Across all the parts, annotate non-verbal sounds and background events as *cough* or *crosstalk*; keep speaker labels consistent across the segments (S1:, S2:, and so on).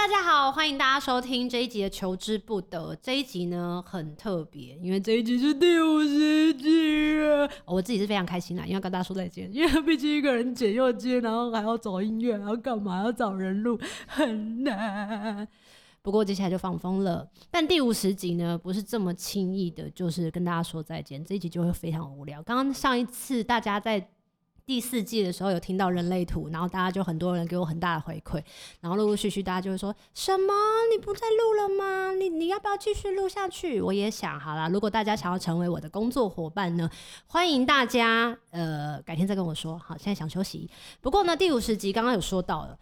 S1: 大家好，欢迎大家收听这一集的《求之不得》。这一集呢很特别，因为这一集是第五十集了、哦我自己是非常开心啦，因为要跟大家说再见，因为毕竟一个人剪又接，然后还要找音乐，还要干嘛，还要找人录，很难。不过接下来就放风了，但第五十集呢，不是这么轻易的，就是跟大家说再见。这一集就会非常无聊。刚刚上一次大家在第四季的时候有听到人类图，然后大家就很多人给我很大的回馈，然后陆陆续续大家就会说什么你不再录了吗？你你要不要继续录下去？我也想好啦，如果大家想要成为我的工作伙伴呢，欢迎大家呃改天再跟我说。好，现在想休息。不过呢，第五十集刚刚有说到了，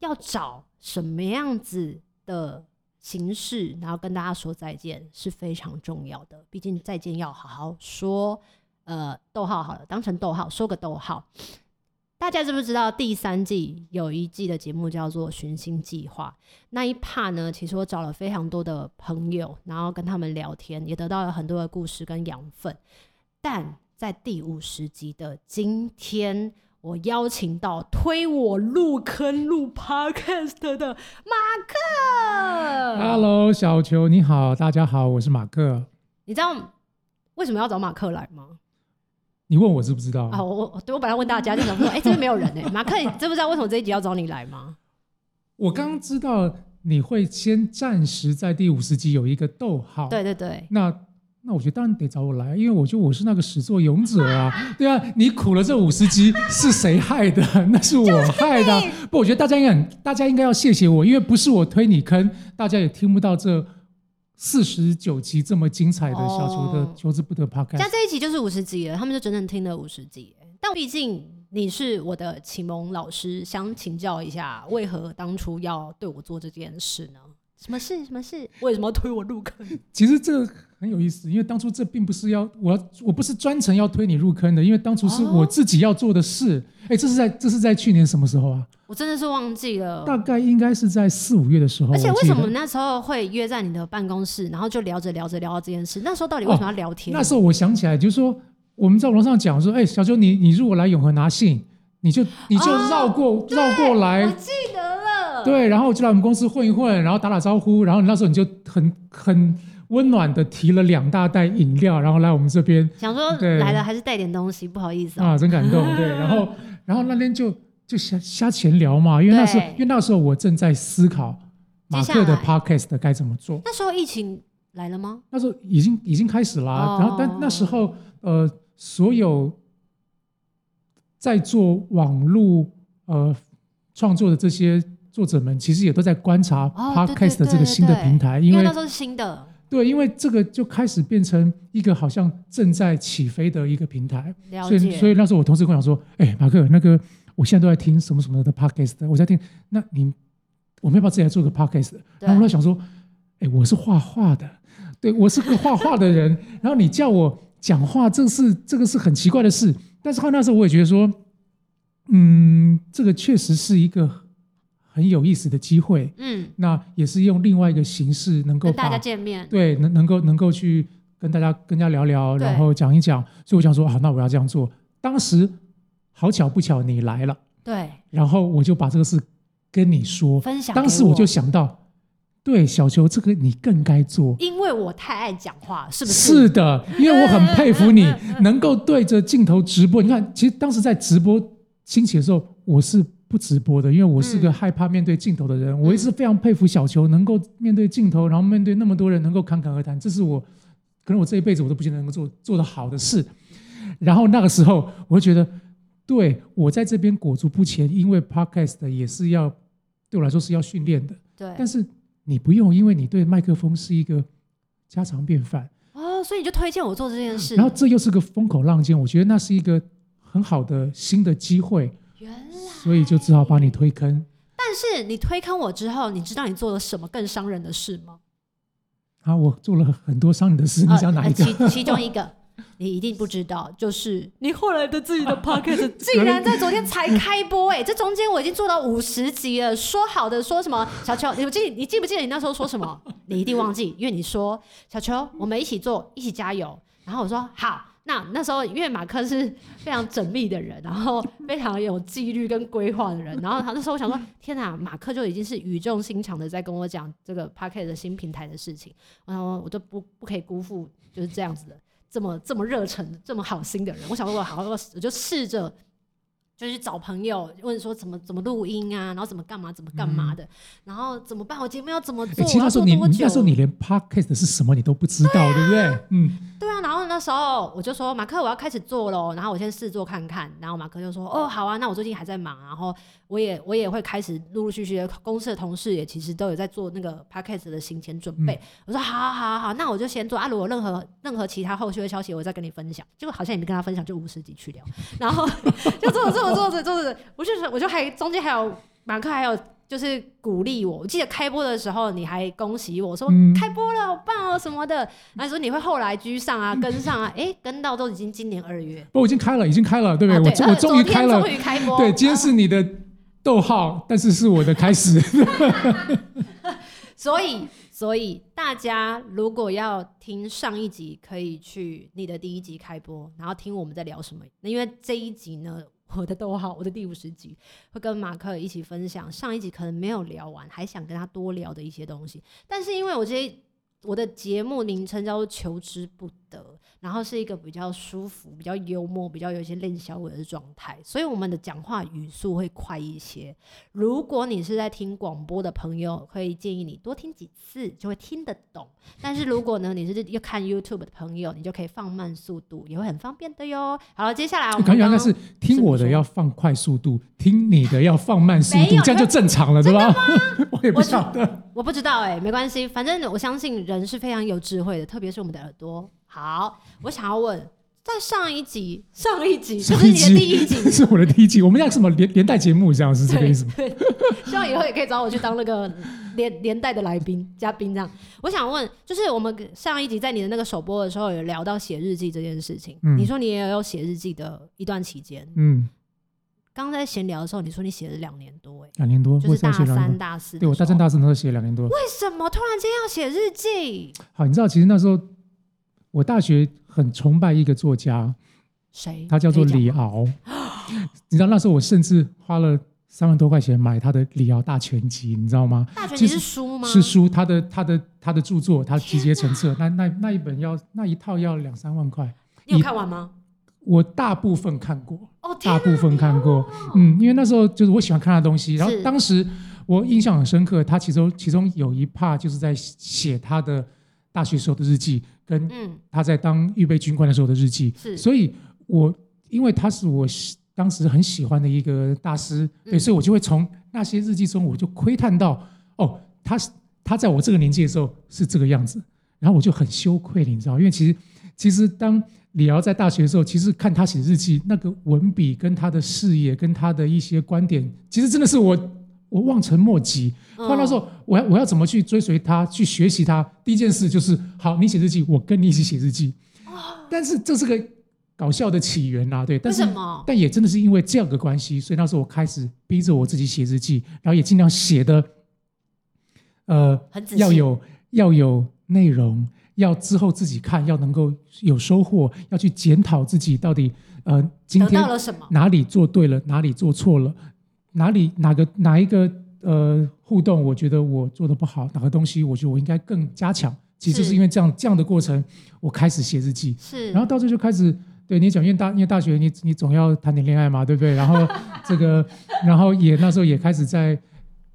S1: 要找什么样子的形式，然后跟大家说再见是非常重要的，毕竟再见要好好说。呃，逗号好了，当成逗号，说个逗号。大家知不知道第三季有一季的节目叫做《寻星计划》？那一 part 呢，其实我找了非常多的朋友，然后跟他们聊天，也得到了很多的故事跟养分。但在第五十集的今天，我邀请到推我入坑入 podcast 的马克。
S2: Hello，小球，你好，大家好，我是马克。
S1: 你知道为什么要找马克来吗？
S2: 你问我知不知道？
S1: 啊，我我对我本来问大家，就想说，哎、这边没有人哎、马克，你知不知道为什么这一集要找你来吗？
S2: 我刚知道你会先暂时在第五十集有一个逗号。，
S1: 对对对，
S2: 那那我觉得当然得找我来，因为我觉得我是那个始作俑者
S1: *laughs*
S2: 啊。对啊，你苦了这五十集是谁害的？ *laughs* 那是我害的啊。不，我觉得大家应该很，大家应该要谢谢我，因为不是我推你坑，大家也听不到这四十九集这么精彩的小球的
S1: 哦
S2: 求之不得 podcast
S1: 加。这一集就是五十集了，他们就整整听了五十集耶。但毕竟你是我的启蒙老师，想请教一下，为何当初要对我做这件事呢？什么事？什么事？为什么要推我入坑？
S2: 其实这个很有意思，因为当初这并不是要我要我不是专程要推你入坑的，因为当初是
S1: 哦
S2: 我自己要做的事。哎、这是在这是在去年什么时候啊？
S1: *laughs* 我真的是忘记了。
S2: 大概应该是在四五月的时候。
S1: 哦而且
S2: 我
S1: 为
S2: 记
S1: 什
S2: 得
S1: 么那时候会约在你的办公室，然后就聊着聊着聊到这件事？那时候到底为什么要聊天？
S2: 哦那时候我想起来，就是说我们在网上讲说，哎、小周你你如果来永和拿信，你就你就
S1: 哦
S2: 绕过、绕过来
S1: 我，记得了。
S2: 对，然后就来我们公司混一混，然后打打招呼，然后那时候你就很很温暖的提了两大袋饮料，然后来我们这边
S1: 想说
S2: 对
S1: 来了还是带点东西，不好意思哦、
S2: 啊，真感动。对，
S1: *laughs*
S2: 然后然后那天就就瞎瞎闲聊嘛，因为那时候
S1: 对
S2: 因为那时候我正在思考马克
S1: 接
S2: 的
S1: 下来
S2: podcast 该怎么做，
S1: 那时候疫情来了吗？
S2: 那时候已经已经开始啦、
S1: 哦
S2: 然后但那时候呃，所有在做网络呃创作的这些。作者们其实也都在观察
S1: 哦对对
S2: podcast 的这
S1: 对
S2: 个新的
S1: 对
S2: 平台，
S1: 因
S2: 因为
S1: 那时候是新的，
S2: 对，因为这个就开始变成一个好像正在起飞的一个平台。
S1: 了
S2: 所以所
S1: 解。
S2: 以那时候我同事跟我讲说，哎、马克，那个我现在都在听什么什么的 podcast，我在听，那你我们要不要自己来做个 podcast？
S1: 对
S2: 然后我在想说，哎、我是画画的，对我是个画画
S1: *laughs*
S2: 的人，然后你叫我讲话，这是这个是很奇怪的事。但是后来那时候我也觉得说，嗯，这个确实是一个很有意思的机会，
S1: 嗯，
S2: 那也是用另外一个形式能够
S1: 跟大
S2: 把
S1: 家见面。
S2: 对，能能够能够去跟大家跟大家聊聊，
S1: 对
S2: 然后讲一讲。所以我想说，啊好，那我要这样做。当时好巧不巧你来了，
S1: 对，
S2: 然后我就把这个事跟你说。
S1: 分享给。
S2: 当时我就想到，对小球这个你更该做。
S1: 因为我太爱讲话，是不嗯是？
S2: 是的，因为我很佩服你能够对着镜头直播。你看，其实当时在直播兴起的时候，我是不直播的，因为我是
S1: 嗯
S2: 个害怕面对镜头的人。我一直非常佩服小球能够面对镜头，然后面对那么多人能够侃侃而谈，这是我可能我这一辈子我都不见得能够做做得好的事。然后那个时候，我就觉得，对我在这边裹足不前，因为 podcast 也是要对我来说是要训练的，
S1: 对
S2: 但是你不用，因为你对麦克风是一个家常便饭。
S1: 哦，所以你就推荐我做这件事。
S2: 然后这又是个风口浪尖，我觉得那是一个很好的新的机会，
S1: 原来，
S2: 所以就只好把你推坑
S1: 但是你推坑我之后，你知道你做了什么更伤人的事吗？
S2: 啊！我做了很多伤你的事，你
S1: 呃
S2: 想哪一个？
S1: 呃其其中一个。 *laughs* 你一定不知道，就是你后来的自 *laughs* 己的 podcast 竟
S2: 竟
S1: 然
S2: 然
S1: 在昨天才开播哎、这中间我已经做到五十集了。说好的说什么？小球，你记你记不记得你那时候说什
S2: *laughs*
S1: 么？你一定忘记，因为你说小球，我们一起做，一起加油。然后我说好，那那时候因为马克是非常缜密的人，然后非常有纪律跟规划的人，然后他那时候我想说，天哪，马克就已经是语重心长的在跟我讲这个 p a c k e t 的新平台的事情，然后我就不不可以辜负就是这样子的这么这么热忱、这么好心的人。我想说，我好，我我就试着。就去找朋友问说怎么怎么录音啊，然后怎么干嘛怎么干嘛的，然后怎么办？我节目要怎么
S2: 嗯哎
S1: 做？
S2: 其实
S1: 我
S2: 那
S1: 要
S2: 时
S1: 做
S2: 候你
S1: 多
S2: 你
S1: 久？
S2: 那时候你连 podcast 是什么你都不知道，对,、不对？嗯，
S1: 对啊，然后那时候我就说马克，我要开始做喽，然后我先试做看看，然后马克就说哦好啊，那我最近还在忙，然后我也我也会开始陆陆续续的，公司的同事也其实都有在做那个 podcast 的行前准备，我说好好好好，那我就先做啊，如果任何任何其他后续的消息，我再跟你分享。结果好像也没跟他分享，就五十集去聊，然后 *laughs* 就做着做着做着做着，我就说我就还中间还有马克还有。就是鼓励我，我记得开播的时候你还恭喜我说、
S2: 嗯
S1: 开播了，好棒哦什么的，那你说你会后来居上
S2: *laughs*
S1: 啊，跟上啊，诶，跟到都已经今年二月，
S2: 不，我已经开了，已经开了，对不对？
S1: 啊
S2: 我
S1: 对，
S2: 终
S1: 呃
S2: 我终
S1: 昨
S2: 于
S1: 天
S2: 开了
S1: 终，于开播，
S2: *laughs* 对，今天是你的逗号，但是是我的开始。
S1: 所以所以大家如果要听上一集，可以去你的第一集开播，然后听我们在聊什么，那因为这一集呢。我的逗号，我的第五十集会跟马克一起分享上一集可能没有聊完，还想跟他多聊的一些东西。但是因为我这一我的节目名称叫做“求之不得”，然后是一个比较舒服、比较幽默、比较有一些练小我的状态，所以我们的讲话语速会快一些。如果你是在听广播的朋友，可以建议你多听几次，就会听得懂。但是如果呢，你是要看 YouTube 的朋友，你就可以放慢速度，也会很方便的哟。 *laughs* 好了，接下来我
S2: 我
S1: 们
S2: 感觉
S1: 刚
S2: 应该
S1: 刚
S2: 啊是听我的要放快速度，听你的要放慢速
S1: 没
S2: 度
S1: 有，
S2: 这样就正常了，对吧？ *laughs* 我也不
S1: 我是
S2: 晓得。
S1: 我不知道哎、没关系，反正我相信人是非常有智慧的，特别是我们的耳朵。好，我想要问，在上一集，上一集就
S2: 上
S1: 是
S2: 一
S1: 你的
S2: 集
S1: 第一集，
S2: *laughs* 是我的第一集，我们要什么连连带节目，这样是这个意思吗？
S1: 对，希望以后也可以找我去当那个连连带的来宾嘉宾这样。我想问，就是我们上一集在你的那个首播的时候有聊到写日记这件事情，
S2: 嗯
S1: 你说你也有写日记的一段期间，
S2: 嗯，
S1: 刚才闲聊的时候你说你写了两年多、欸，
S2: 两年多，
S1: 就
S2: 哦我
S1: 是大
S2: 写两年
S1: 三
S2: 多。
S1: 大四的时候，
S2: 对我大三大四那时候写了两年多。
S1: 为什么突然间要写日记？
S2: 好，你知道其实那时候我大学很崇拜一个作家，
S1: 谁？
S2: 他叫做
S1: 可以讲
S2: 李敖。你知道那时候我甚至花了三万多块钱买他的《李敖大全集》，你知道吗？
S1: 大学
S2: 其
S1: 你
S2: 实
S1: 是书吗？
S2: 是书，他的他的他的著作，他集结成册，那那那一本要那一套要两三万块，
S1: 你有
S2: 一
S1: 看完吗？
S2: 我大部分看过，
S1: 哦，天
S2: 大
S1: 哪
S2: 部分看过，
S1: 哦
S2: 嗯，因为那时候就是我喜欢看他的东西，然后
S1: 是
S2: 当时我印象很深刻，他其中其中有一 part 就是在写他的大学时候的日记，跟
S1: 嗯，
S2: 他在当预备军官的时候的日记，
S1: 是
S2: 所以我因为他是我喜当时很喜欢的一个大师，对，
S1: 嗯
S2: 所以我就会从那些日记中，我就窥探到，哦，他是他在我这个年纪的时候是这个样子，然后我就很羞愧，你知道，因为其实其实当李敖在大学的时候，其实看他写日记，那个文笔跟他的视野跟他的一些观点，其实真的是我我望尘莫及。换到时
S1: 候
S2: 候，我要我要怎么去追随他，去学习他？第一件事就是，好，你写日记，我跟你一起写日记。但是这是个搞笑的起源啦、
S1: 哦
S2: 对。
S1: 为
S2: 但是
S1: 什么？
S2: 但也真的是因为这样的关系，所以那时候我开始逼着我自己写日记，然后也尽量写的，呃，
S1: 很仔细
S2: 要有要有内容，要之后自己看，要能够有收获，要去检讨自己到底呃今
S1: 得
S2: 天
S1: 到了什么？
S2: 哪里做对了，哪里做错了，哪里哪个哪一个呃互动，我觉得我做的不好，哪个东西我觉得我应该更加强。其实就是是因为这样这样的过程，我开始写日记，
S1: 是，
S2: 然后到这就开始对你讲，因为大因为大学你你总要谈点恋爱嘛，对不对？
S1: *laughs*
S2: 然后这个，然后也那时候也开始在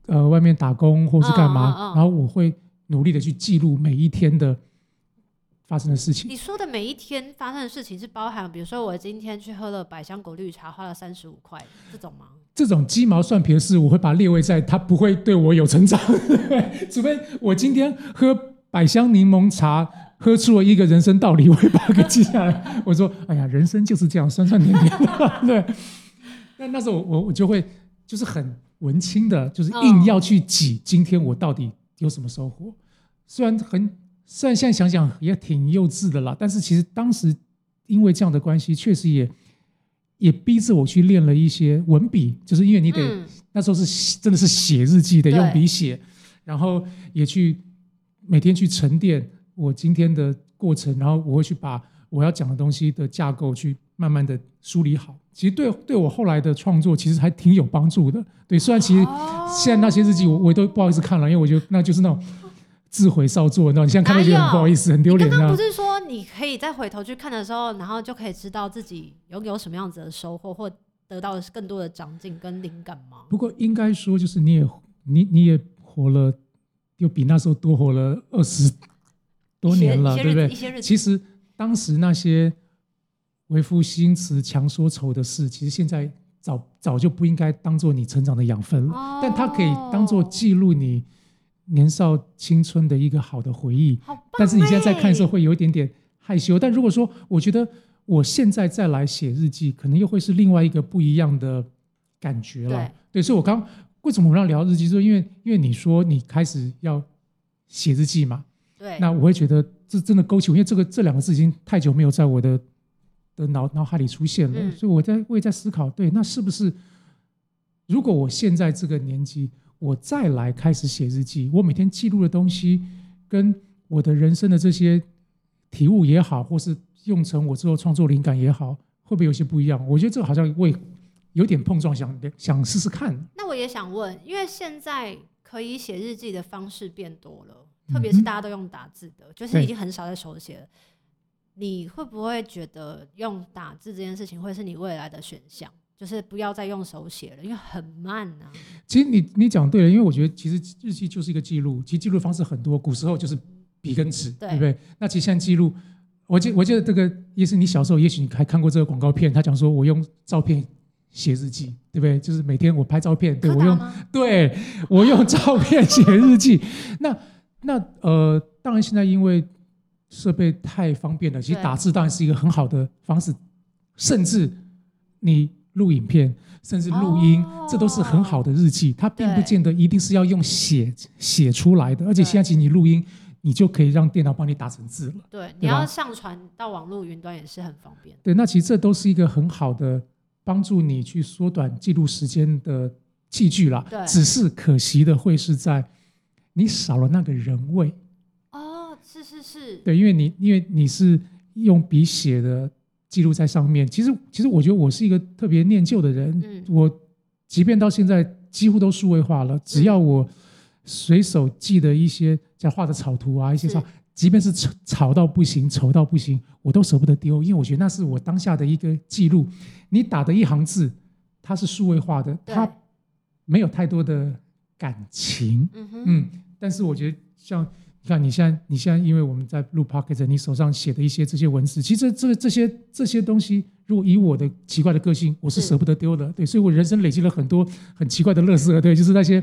S2: 呃外面打工或是干嘛，
S1: 嗯嗯嗯
S2: 然后我会努力的去记录每一天的发生的事情。
S1: 你说的每一天发生的事情是包含，比如说我今天去喝了百香果绿茶，花了三十五块，这种吗？
S2: 这种鸡毛蒜皮的事，我会把它列位在它不会对我有成长， *laughs* 除非我今天喝百香柠檬茶。喝出了一个人生道理，我会把它给记下来。我说：“哎呀，人生就是这样，酸酸甜甜的。” *laughs* 对。那那时候我我我就会就是很文青的，就是硬要去挤今天我到底有什么收获。虽然很虽然现在想想也挺幼稚的啦，但是其实当时因为这样的关系，确实也也逼着我去练了一些文笔，就是因为你得、
S1: 嗯，
S2: 那时候是写真的是写日记，得
S1: 对
S2: 用笔写，然后也去每天去沉淀我今天的过程，然后我会去把我要讲的东西的架构去慢慢的梳理好。其实对对我后来的创作其实还挺有帮助的。对，虽然其实
S1: 哦
S2: 现在那些日记我我都不好意思看了，因为我觉得那就是那种自毁少作，你知道，你现在看都觉得很不好意思，很丢
S1: 哎你
S2: 脸
S1: 刚刚
S2: 啊
S1: 不。是说你可以再回头去看的时候，然后就可以知道自己拥有什么样子的收获，或得到更多的长进跟灵感吗？
S2: 不过应该说，就是你也你你也活了，又比那时候多活了二十多年了，
S1: 一些
S2: 对不对
S1: 一？些日子，
S2: 其实当时那些为赋新词强说愁的事，其实现在早早就不应该当做你成长的养分了，
S1: 哦
S2: 但它可以当做记录你年少青春的一个好的回忆。
S1: 好棒、欸。
S2: 但是你现在在看的时候，会有一点点害羞。但如果说我觉得我现在再来写日记，可能又会是另外一个不一样的感觉了。对，所以我刚为什么我们要聊日记，就是因为因为你说你开始要写日记嘛，
S1: 对，
S2: 那我会觉得这真的勾起我，因为这个这两个字已经太久没有在我的的脑脑海里出现了，
S1: 嗯
S2: 所以我在我也在思考，对，那是不是如果我现在这个年纪，我再来开始写日记，我每天记录的东西，跟我的人生的这些体悟也好，或是用成我之后创作灵感也好，会不会有些不一样？我觉得这个好像我也有点碰撞，想想试试看。
S1: 那我也想问，因为现在可以写日记的方式变多了，特别是
S2: 嗯哼
S1: 大家都用打字的，就是
S2: 对
S1: 已经很少在手写了。你会不会觉得用打字这件事情会是你未来的选项？就是不要再用手写了，因为很慢啊呐、
S2: 其实你你讲对了，因为我觉得其实日记就是一个记录，其实记录方式很多。古时候就是笔跟纸，
S1: 对
S2: 对不对？那其实现在记录，我记我记得这个也是你小时候，也许你还看过这个广告片，他讲说我用照片写日记，对不对？就是每天我拍照片，对
S1: 柯
S2: 我
S1: 达
S2: 用
S1: 吗？
S2: 对我用照片写日记。那那呃，当然现在因为设备太方便了，其实
S1: 对
S2: 打字当然是一个很好的方式，甚至你录影片，甚至录音，
S1: 哦
S2: 这都是很好的日记。它并不
S1: 对
S2: 见得一定是要用写写出来的，而且
S1: 对
S2: 现在其实你录音，你就可以让电脑帮你打成字了。
S1: 对，你
S2: 对吧
S1: 要上传到网络云端也是很方便。
S2: 对，那其实这都是一个很好的帮助你去缩短记录时间的器具啦
S1: 对。
S2: 只是可惜的会是在你少了那个人味。
S1: 哦，是是是，
S2: 对，因为你因为你是用笔写的记录在上面。其实其实我觉得我是一个特别念旧的人，
S1: 嗯
S2: 我即便到现在几乎都数位化了，只
S1: 嗯
S2: 要我随手记得一些像画的草图啊，一些
S1: 是
S2: 啥，即便是丑吵到不行、丑到不行，我都舍不得丢，因为我觉得那是我当下的一个记录。你打的一行字，它是数位化的，
S1: 对，
S2: 它没有太多的感情。
S1: 嗯哼，
S2: 嗯，但是我觉得像你看，你现在你现在因为我们在录 p o c k e t 你手上写的一些这些文字，其实这这这些这些东西，如果以我的奇怪的个性，我是
S1: 是
S2: 舍不得丢的，对，所以我人生累积了很多很奇怪的乐色，对，就是那些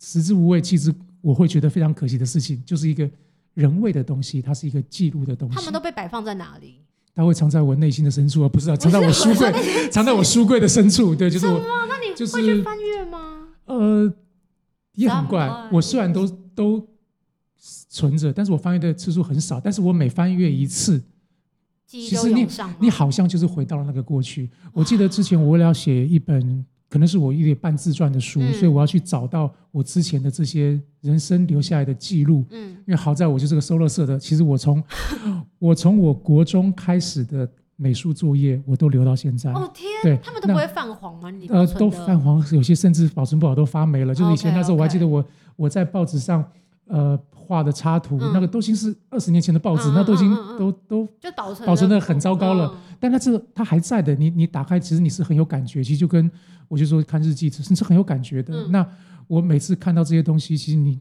S2: 食之无味，弃之我会觉得非常可惜的事情，就是一个人味的东西，它是一个记录的东西
S1: 他，们都被摆放在哪里？
S2: 它会藏在我内心的深处，而不是啊
S1: 不
S2: 藏在我
S1: 是
S2: 书
S1: 我说
S2: 柜，藏在我书柜的深处，对，就
S1: 什
S2: 是 *laughs* 我
S1: 么？那你
S2: 就
S1: 会去
S2: 是
S1: 翻阅吗？
S2: 呃，也很怪
S1: Someone。
S2: 我虽然都都存着，但是我翻阅的次数很少。但是我每翻阅一次，
S1: 记忆
S2: 其
S1: 都
S2: 实
S1: 涌上吗？
S2: 你好像就是回到了那个过去。我记得之前我为了要写一本，可能是我有点半自传的书，
S1: 嗯
S2: 所以我要去找到我之前的这些人生留下来的记录。
S1: 嗯，
S2: 因为好在我就是个收乐社的，其实我从 *laughs* 我从我国中开始的美术作业，我都留到现在。
S1: 哦
S2: 嗯对
S1: 天，他们都
S2: 那
S1: 不会泛黄吗？你
S2: 呃
S1: 保，存
S2: 都
S1: 的
S2: 泛黄，有些甚至保存不好都发霉了。就是以前
S1: OK，
S2: 那时候，我还
S1: OK
S2: 记得我我在报纸上呃画的插图，
S1: 嗯
S2: 那个都已经是二十年前的报纸，
S1: 嗯嗯
S2: 那都已经
S1: 嗯嗯嗯
S2: 都都，
S1: 就保存
S2: 保存
S1: 得
S2: 得很糟糕了。
S1: 嗯
S2: 但它这它还在的。你你打开，其实你是很有感觉，其实就跟我就说看日记，是是很有感觉的。
S1: 嗯
S2: 那我每次看到这些东西，其实你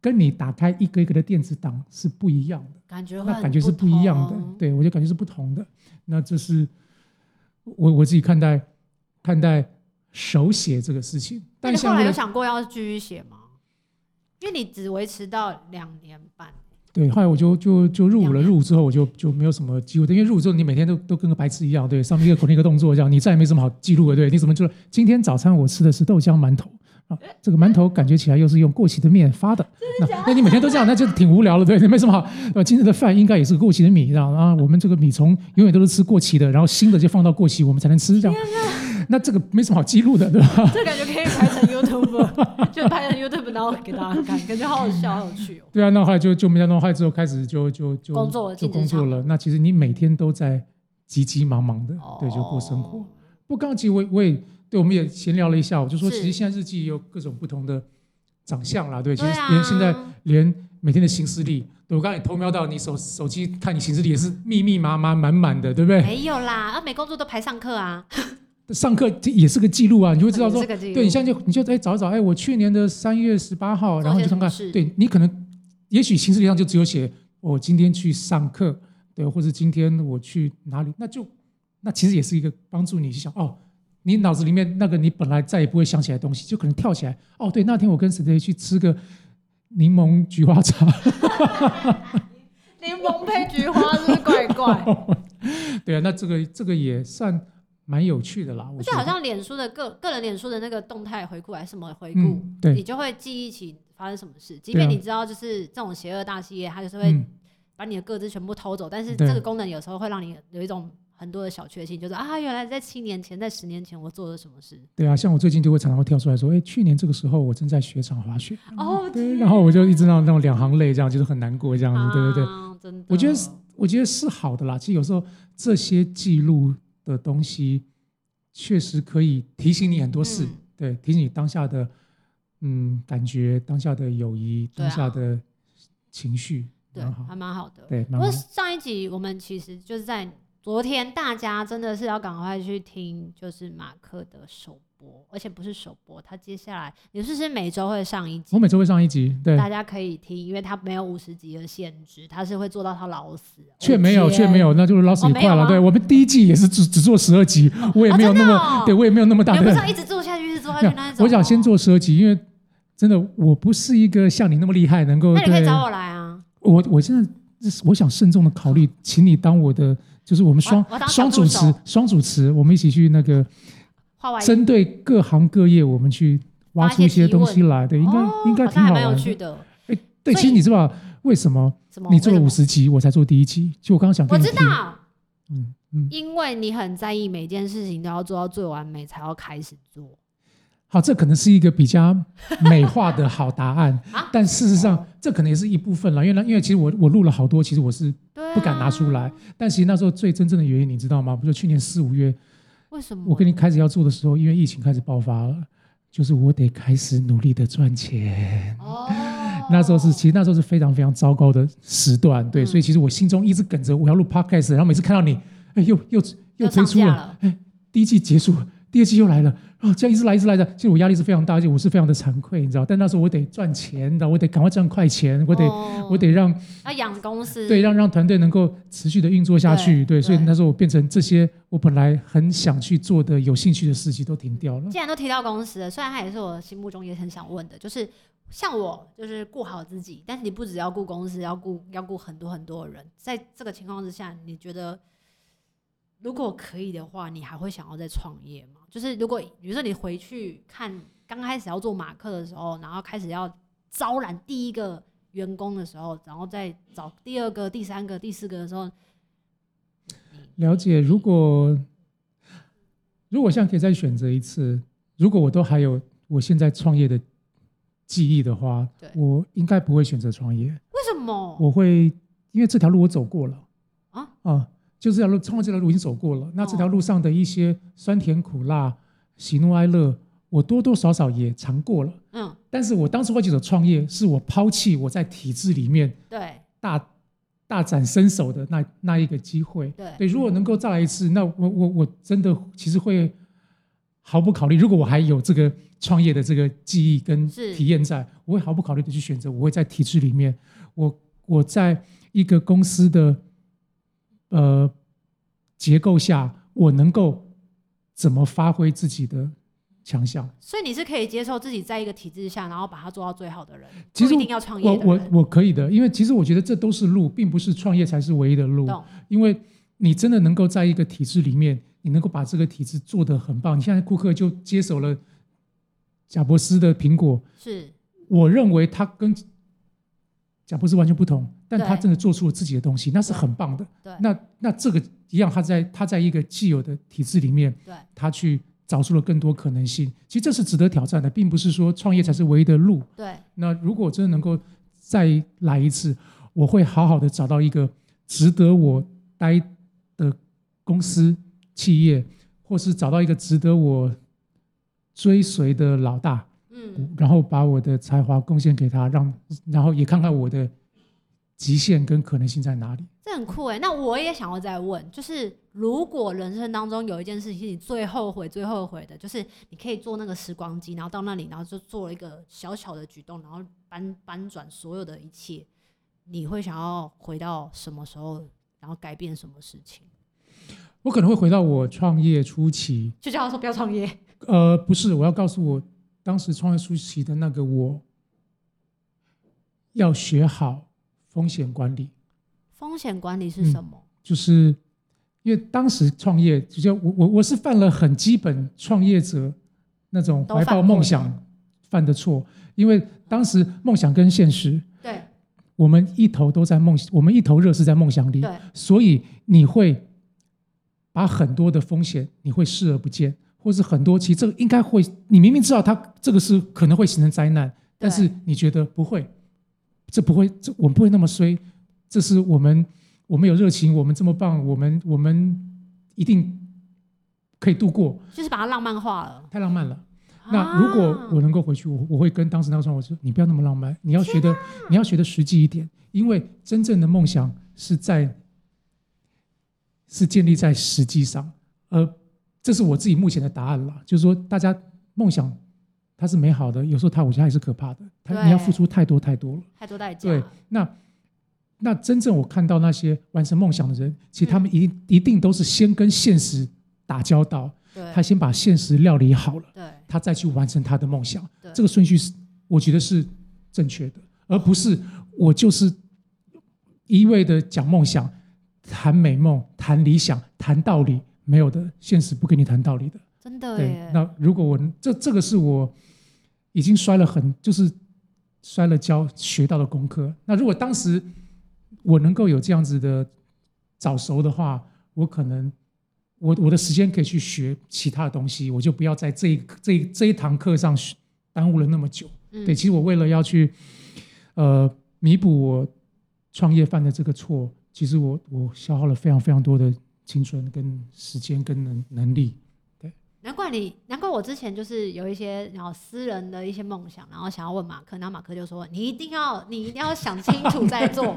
S2: 跟你打开一个一个的电子档是不一样的。
S1: 感觉会
S2: 那
S1: 很
S2: 感觉是不一样的
S1: 同，
S2: 对我就感觉是不同的。那这是我我自己看待看待手写这个事情，
S1: 那
S2: 但
S1: 你后
S2: 像
S1: 来
S2: 为
S1: 有
S2: 了
S1: 想过要继续写吗？因为你只维持到两年
S2: *laughs*
S1: 半，
S2: 对后来我就就就入伍了，
S1: 两年
S2: 入伍之后我就就没有什么记录，因为入伍之后你每天都都跟个白痴一样，对，上面一个口令一个动作这样，你再也没什么好记录的，对，你怎么就是今天早餐我吃的是豆浆馒头。啊，这个馒头感觉起来又是用过期的面发的，那那你每天都这样，那就挺无聊了，对，没什么好。呃，今天的饭应该也是过期的米，这样啊，我们这个米虫永远都是吃过期的，然后新的就放到过啊期，我们才能吃这样。那这个没什么好记录的，对吧？
S1: 这感觉可以拍成 YouTube。 *laughs* 就拍成 YouTube，然后给大家看，感觉好好笑，好有趣哦。
S2: 对啊，那后来就就没想到，后来之后开始就就就
S1: 工作了
S2: 就
S1: 竞争
S2: 工作
S1: 上
S2: 了。那其实你每天都在急急忙忙的，对，就过生活
S1: 哦。。
S2: 不过刚刚其实我也我也对我们也闲聊了一下，我就说
S1: 是
S2: 其实现在日记也有各种不同的长相啦，对，其
S1: 对
S2: 实
S1: 啊，
S2: 连现在连每天的行事历，对我刚才也偷瞄到你手手机看你行事历也是密密麻麻满满的，对不对？
S1: 没有啦，啊，没工作都排上课啊，
S2: 上课这也是个记录啊，你就会知道说
S1: 这，个记录
S2: 对你现在就你就哎找一找，哎，我去年的三月十八号，
S1: 做
S2: 然后
S1: 些
S2: 就看看
S1: 什么事，
S2: 对你可能也许行事历上就只有写我今天去上课，对，或者今天我去哪里，那就那其实也是一个帮助你去想哦，你脑子里面那个你本来再也不会想起来的东西，就可能跳起来哦，对，那天我跟谁谁去吃个柠檬菊花茶， *laughs*
S1: 柠檬配菊花是不是怪怪？
S2: 对啊，那这个这个也算蛮有趣的啦，我
S1: 我
S2: 觉
S1: 觉得好
S2: 得
S1: 像脸书的个个人脸书的那个动态回顾还是什么回顾，
S2: 嗯，对
S1: 你，就会记忆起发生什么事。即
S2: 对啊
S1: 便你知道就是这种邪恶大企业，它就是会
S2: 嗯。
S1: 把你的个资全部偷走，但是
S2: 对
S1: 这个功能有时候会让你有一种很多的小确幸，就是啊，原来在七年前，在十年前我做了什么事。
S2: 对啊，像我最近就会常常会跳出来说，哎，去年这个时候我正在雪场滑雪，
S1: 哦，
S2: 对，嗯然后我就一直让那种两行泪，这样就是很难过，这样子，对对对，
S1: 啊，真的，
S2: 我觉得是我觉得是好的啦。其实有时候这些记录的东西，确实可以提醒你很多事，
S1: 嗯
S2: 对，提醒你当下的嗯感觉、当下的友谊、
S1: 对啊
S2: 当下的情绪，
S1: 对
S2: 蛮，好
S1: 还，蛮好的。
S2: 对，
S1: 不
S2: 蛮好
S1: 过。上一集我们其实就是在昨天，大家真的是要赶快去听，就是马克的首播，而且不是首播，他接下来你是不是每周会上一集
S2: 我？每周会上一集，对，
S1: 大家可以听，因为他没有五十集的限制，他是会做到他老死。
S2: 却没有，
S1: 我天
S2: 却没，有，那就是老死
S1: 哦
S2: 也
S1: 没
S2: 快
S1: 有
S2: 了。
S1: 吗
S2: 对我们第一季也是只只做十二集，我也没有那
S1: 真
S2: 么，
S1: 的哦
S2: 对我也没有那么大
S1: 你
S2: 的
S1: 们不是要一直做下去，一直做下
S2: 没
S1: 去
S2: 有
S1: 那哦一种。
S2: 我想先，做设计，因为真的我不是一个像你那么厉害，能够
S1: 那你可以
S2: 对
S1: 找我来啊。
S2: 我我现在我想慎重的考虑，请你当我的就是我们双
S1: 我我当小
S2: 双
S1: 助
S2: 主持
S1: 手
S2: 双主持，我们一起去那个
S1: 画外音
S2: 针对各行各业，我们去挖
S1: 发
S2: 出一
S1: 些
S2: 些
S1: 提
S2: 东
S1: 问
S2: 西来，对，应该、
S1: 哦
S2: 应该
S1: 好
S2: 挺
S1: 像还
S2: 好
S1: 蛮有
S2: 玩
S1: 趣
S2: 的。
S1: 的。
S2: 哎，对，
S1: 所以
S2: 其实你知道为什么
S1: 怎么？
S2: 你做了
S1: 为
S2: 五
S1: 什么？
S2: 十集，我才做第一集？就我刚刚想
S1: 我
S2: 跟你
S1: 知
S2: 提，
S1: 道，
S2: 嗯嗯，
S1: 因为你很在意每件事情都要做到最完美，才要开始做。
S2: 好，这可能是一个比较美化的好答案
S1: *laughs* 啊，
S2: 但事实上这可能也是一部分了，因为因为其实我我录了好多，其实我是
S1: 对、啊，
S2: 不敢拿出来。但其实那时候最真正的原因你知道吗？不就去年四五月
S1: 为什么？
S2: 我跟你开始要做的时候，因为疫情开始爆发了，就是我得开始努力的赚钱。
S1: 哦，
S2: 那时候是，其实那时候是非常非常糟糕的时段，对，
S1: 嗯
S2: 所以其实我心中一直梗着我要录 podcast，然后每次看到你，哎，又又又推
S1: 上
S2: 出
S1: 架
S2: 了，
S1: 了，
S2: 第一季结束了，第二季又来了，啊，这样一直来一直来的，其实我压力是非常大，而且我是非常的惭愧，你知道，但那时候我得赚钱，然后我得赶快赚快钱，我得、
S1: 哦
S2: 我得让
S1: 要养公司，
S2: 对让让团队能够持续的运作下去，
S1: 对
S2: 对，所以
S1: 对
S2: 那时候我变成这些我本来很想去做的、有兴趣的事情都停掉了。
S1: 既然都提到公司了，虽然它也是我心目中也很想问的，就是像我就是顾好自己，但是你不只要顾公司，要顾要顾很多很多人。在这个情况之下，你觉得如果可以的话，你还会想要再创业吗？就是如果比如说你回去看刚开始要做马克的时候，然后开始要招揽第一个员工的时候，然后再找第二个、第三个、第四个的时候，
S2: 了解，如果如果现在可以再选择一次，如果我都还有我现在创业的记忆的话
S1: 对，
S2: 我应该不会选择创业。
S1: 为什么？
S2: 我会因为这条路我走过了
S1: 啊
S2: 就是这条路创业这条路已经走过了。那这条路
S1: 哦
S2: 上的一些酸甜苦辣、喜怒哀乐，我多多少少也尝过了。
S1: 嗯，
S2: 但是我当时会选择创业，是我抛弃我在体制里面
S1: 对
S2: 大大展身手的那那一个机会。
S1: 对，
S2: 对，如果能够再来一次，那我我我真的其实会毫不考虑。如果我还有这个创业的这个记忆跟
S1: 是
S2: 体验在，我会毫不考虑的去选择。我会在体制里面，我我在一个公司的呃结构下，我能够怎么发挥自己的强项。
S1: 所以你是可以接受自己在一个体制下，然后把它做到最好的人，
S2: 其实
S1: 不一定要创
S2: 我
S1: 业的
S2: 我
S1: 人。
S2: 我可以的，因为其实我觉得这都是路，并不是创业才是唯一的路。
S1: 懂？
S2: 因为你真的能够在一个体制里面，你能够把这个体制做得很棒。你现在库克就接手了贾伯斯的苹果，
S1: 是
S2: 我认为他跟贾伯斯完全不同，但他
S1: 对
S2: 真的做出了自己的东西，那是很棒的。
S1: 对
S2: 那那这个一样，他在他在一个既有的体制里面，
S1: 对
S2: 他去找出了更多可能性。其实这是值得挑战的，并不是说创业才是唯一的路。
S1: 对，
S2: 那如果真的能够再来一次，我会好好的找到一个值得我待的公司、企业，或是找到一个值得我追随的老大，
S1: 嗯，
S2: 然后把我的才华贡献给他，让然后也看看我的极限跟可能性在哪里。
S1: 这很酷哎。那我也想要再问，就是如果人生当中有一件事情是你最后悔、最后悔的，就是你可以做那个时光机，然后到那里，然后就做了一个小小的举动，然后搬搬转所有的一切，你会想要回到什么时候，然后改变什么事情？
S2: 我可能会回到我创业初期，
S1: 就叫他说不要创业。
S2: 呃，不是，我要告诉我当时创业初期的那个我，要学好风险管理，
S1: 风险管理是什么？
S2: 就是因为当时创业，就像我我我是犯了很基本创业者那种
S1: 都
S2: 怀
S1: 犯
S2: 抱
S1: 过
S2: 梦
S1: 吗
S2: 想犯的错，因为当时梦想跟现实，
S1: 对
S2: 我们一头都在梦，我们一头热是在梦想里，
S1: 对，
S2: 所以你会把很多的风险你会视而不见，或是很多其实这个应该会，你明明知道它这个是可能会形成灾难，但是你觉得不会，这不会，这我们不会那么衰，这是我们我们有热情，我们这么棒，我们我们一定可以度过，
S1: 就是把它浪漫化了。
S2: 太浪漫了。那如果我
S1: 啊
S2: 能够回去，我我会跟当时那个创我说，你不要那么浪漫，你要学的你要学的实际一点，因为真正的梦想是在是建立在实际上，呃，这是我自己目前的答案啦，就是说大家梦想它是美好的，有时候它我觉得它也是可怕的，它
S1: 对
S2: 你要付出太多太多了。
S1: 太多代价，
S2: 对，那那真正我看到那些完成梦想的人，其实他们一、一定都是先跟现实打交道，
S1: 对
S2: 他先把现实料理好了。
S1: 对
S2: 他再去完成他的梦想
S1: 对。
S2: 这个顺序是我觉得是正确的，而不是我就是一味的讲梦想、谈美梦、谈理想、谈道理，没有的，现实不跟你谈道理的。
S1: 真的
S2: 对
S1: 耶，，
S2: 那如果我这这个是我已经摔了很就是摔了跤学到的功课。那如果当时我能够有这样子的早熟的话，我可能我我的时间可以去学其他的东西，我就不要在这一这一这一堂课上学耽误了那么久。
S1: 嗯
S2: 对，其实我为了要去呃弥补我创业犯的这个错，其实我我消耗了非常非常多的青春跟时间跟能能力。
S1: 难怪你，难怪我之前就是有一些然后私人的一些梦想，然后想要问马克，然后马克就说你一定要，你一定要想清楚再
S2: *laughs*
S1: 做，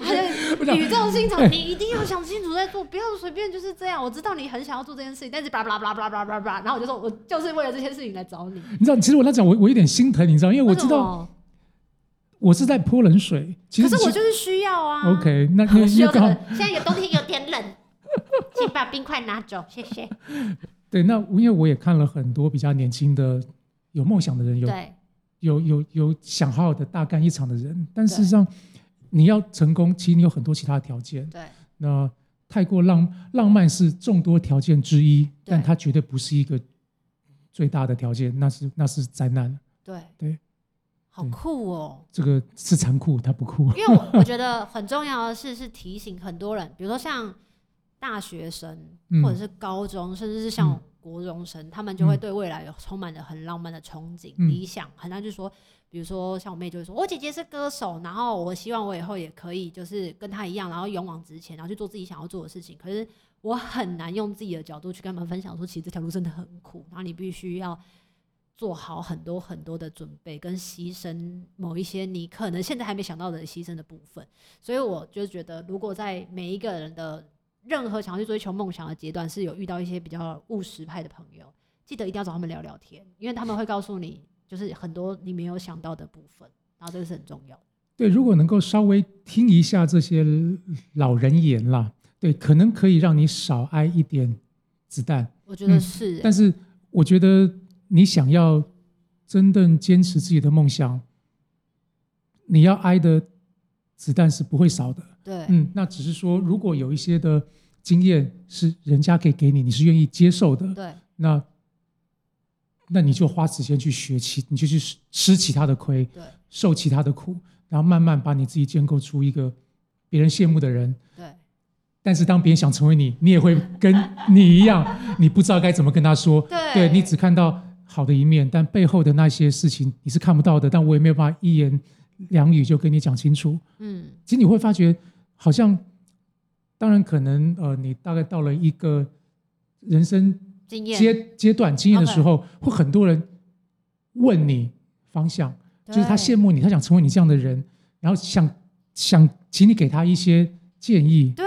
S1: 他
S2: 不
S1: 就
S2: 是
S1: 语重心
S2: 哎
S1: 长，你一定要想清楚再做，不要随便就是这样。我知道你很想要做这件事情，但是巴拉巴拉巴拉巴拉巴拉巴拉，然后我就说我就是为了这件事情来找你，
S2: 你知道，其实我那讲我我有点心疼，你知道，哎因为我
S1: 为什
S2: 知道
S1: 么，
S2: 我是在泼冷水。其
S1: 可
S2: 实
S1: 是我就是需要啊。
S2: OK，那
S1: *laughs*
S2: 那
S1: 我需
S2: 因
S1: 要
S2: 为
S1: 这
S2: 刚
S1: 个
S2: 好，
S1: 现在有冬天有点冷，请把冰块拿走，谢谢。
S2: 对，那因为我也看了很多比较年轻的有梦想的人，有
S1: 对，
S2: 有有有想好好的大干一场的人，但
S1: 对
S2: 事实上你要成功，其实你有很多其他的条件。
S1: 对，
S2: 那太过浪浪漫是众多条件之一，但
S1: 对
S2: 它绝对不是一个最大的条件，那是那是灾难，
S1: 对，
S2: 对，
S1: 好酷哦。
S2: 这个是残酷，它不酷。
S1: 因为我我觉得很重要的是是提醒很多人，比如说像大学生
S2: 嗯
S1: 或者是高中，甚至是像
S2: 嗯
S1: 国中生，他们就会对未来有充满着很浪漫的憧憬、
S2: 嗯
S1: 理想，很难就说，比如说像我妹就会说，我姐姐是歌手，然后我希望我以后也可以就是跟她一样，然后勇往直前，然后去做自己想要做的事情。可是我很难用自己的角度去跟他们分享说，其实这条路真的很苦，然后你必须要做好很多很多的准备跟牺牲某一些你可能现在还没想到的牺牲的部分。所以我就觉得，如果在每一个人的任何想要去追求梦想的阶段，是有遇到一些比较务实派的朋友，记得一定要找他们聊聊天，因为他们会告诉你，就是很多你没有想到的部分，然后这个是很重要的。
S2: 对，如果能够稍微听一下这些老人言啦，对，可能可以让你少挨一点子弹。
S1: 我觉得
S2: 嗯
S1: 是、欸
S2: 但是我觉得你想要真正坚持自己的梦想，你要挨的子弹是不会少的。
S1: 对，
S2: 嗯，那只是说，如果有一些的经验是人家可以给你，你是愿意接受的，
S1: 对，
S2: 那那你就花时间去学其，你就去吃吃其他的亏。
S1: 对，
S2: 受其他的苦，然后慢慢把你自己建构出一个别人羡慕的人，
S1: 对，
S2: 但是当别人想成为你，你也会跟你一样， *laughs* 你不知道该怎么跟他说。
S1: 对
S2: 对你只看到好的一面，但背后的那些事情你是看不到的。但我也没有办法一言两语就跟你讲清楚。
S1: 嗯
S2: 其实你会发觉，好像当然可能呃，你大概到了一个人生
S1: 经验，
S2: 阶阶段经验的
S1: OK
S2: 时候，会很多人问你方向，就是他
S1: 对
S2: 羡慕你，他想成为你这样的人，然后想想请你给他一些建议，
S1: 对。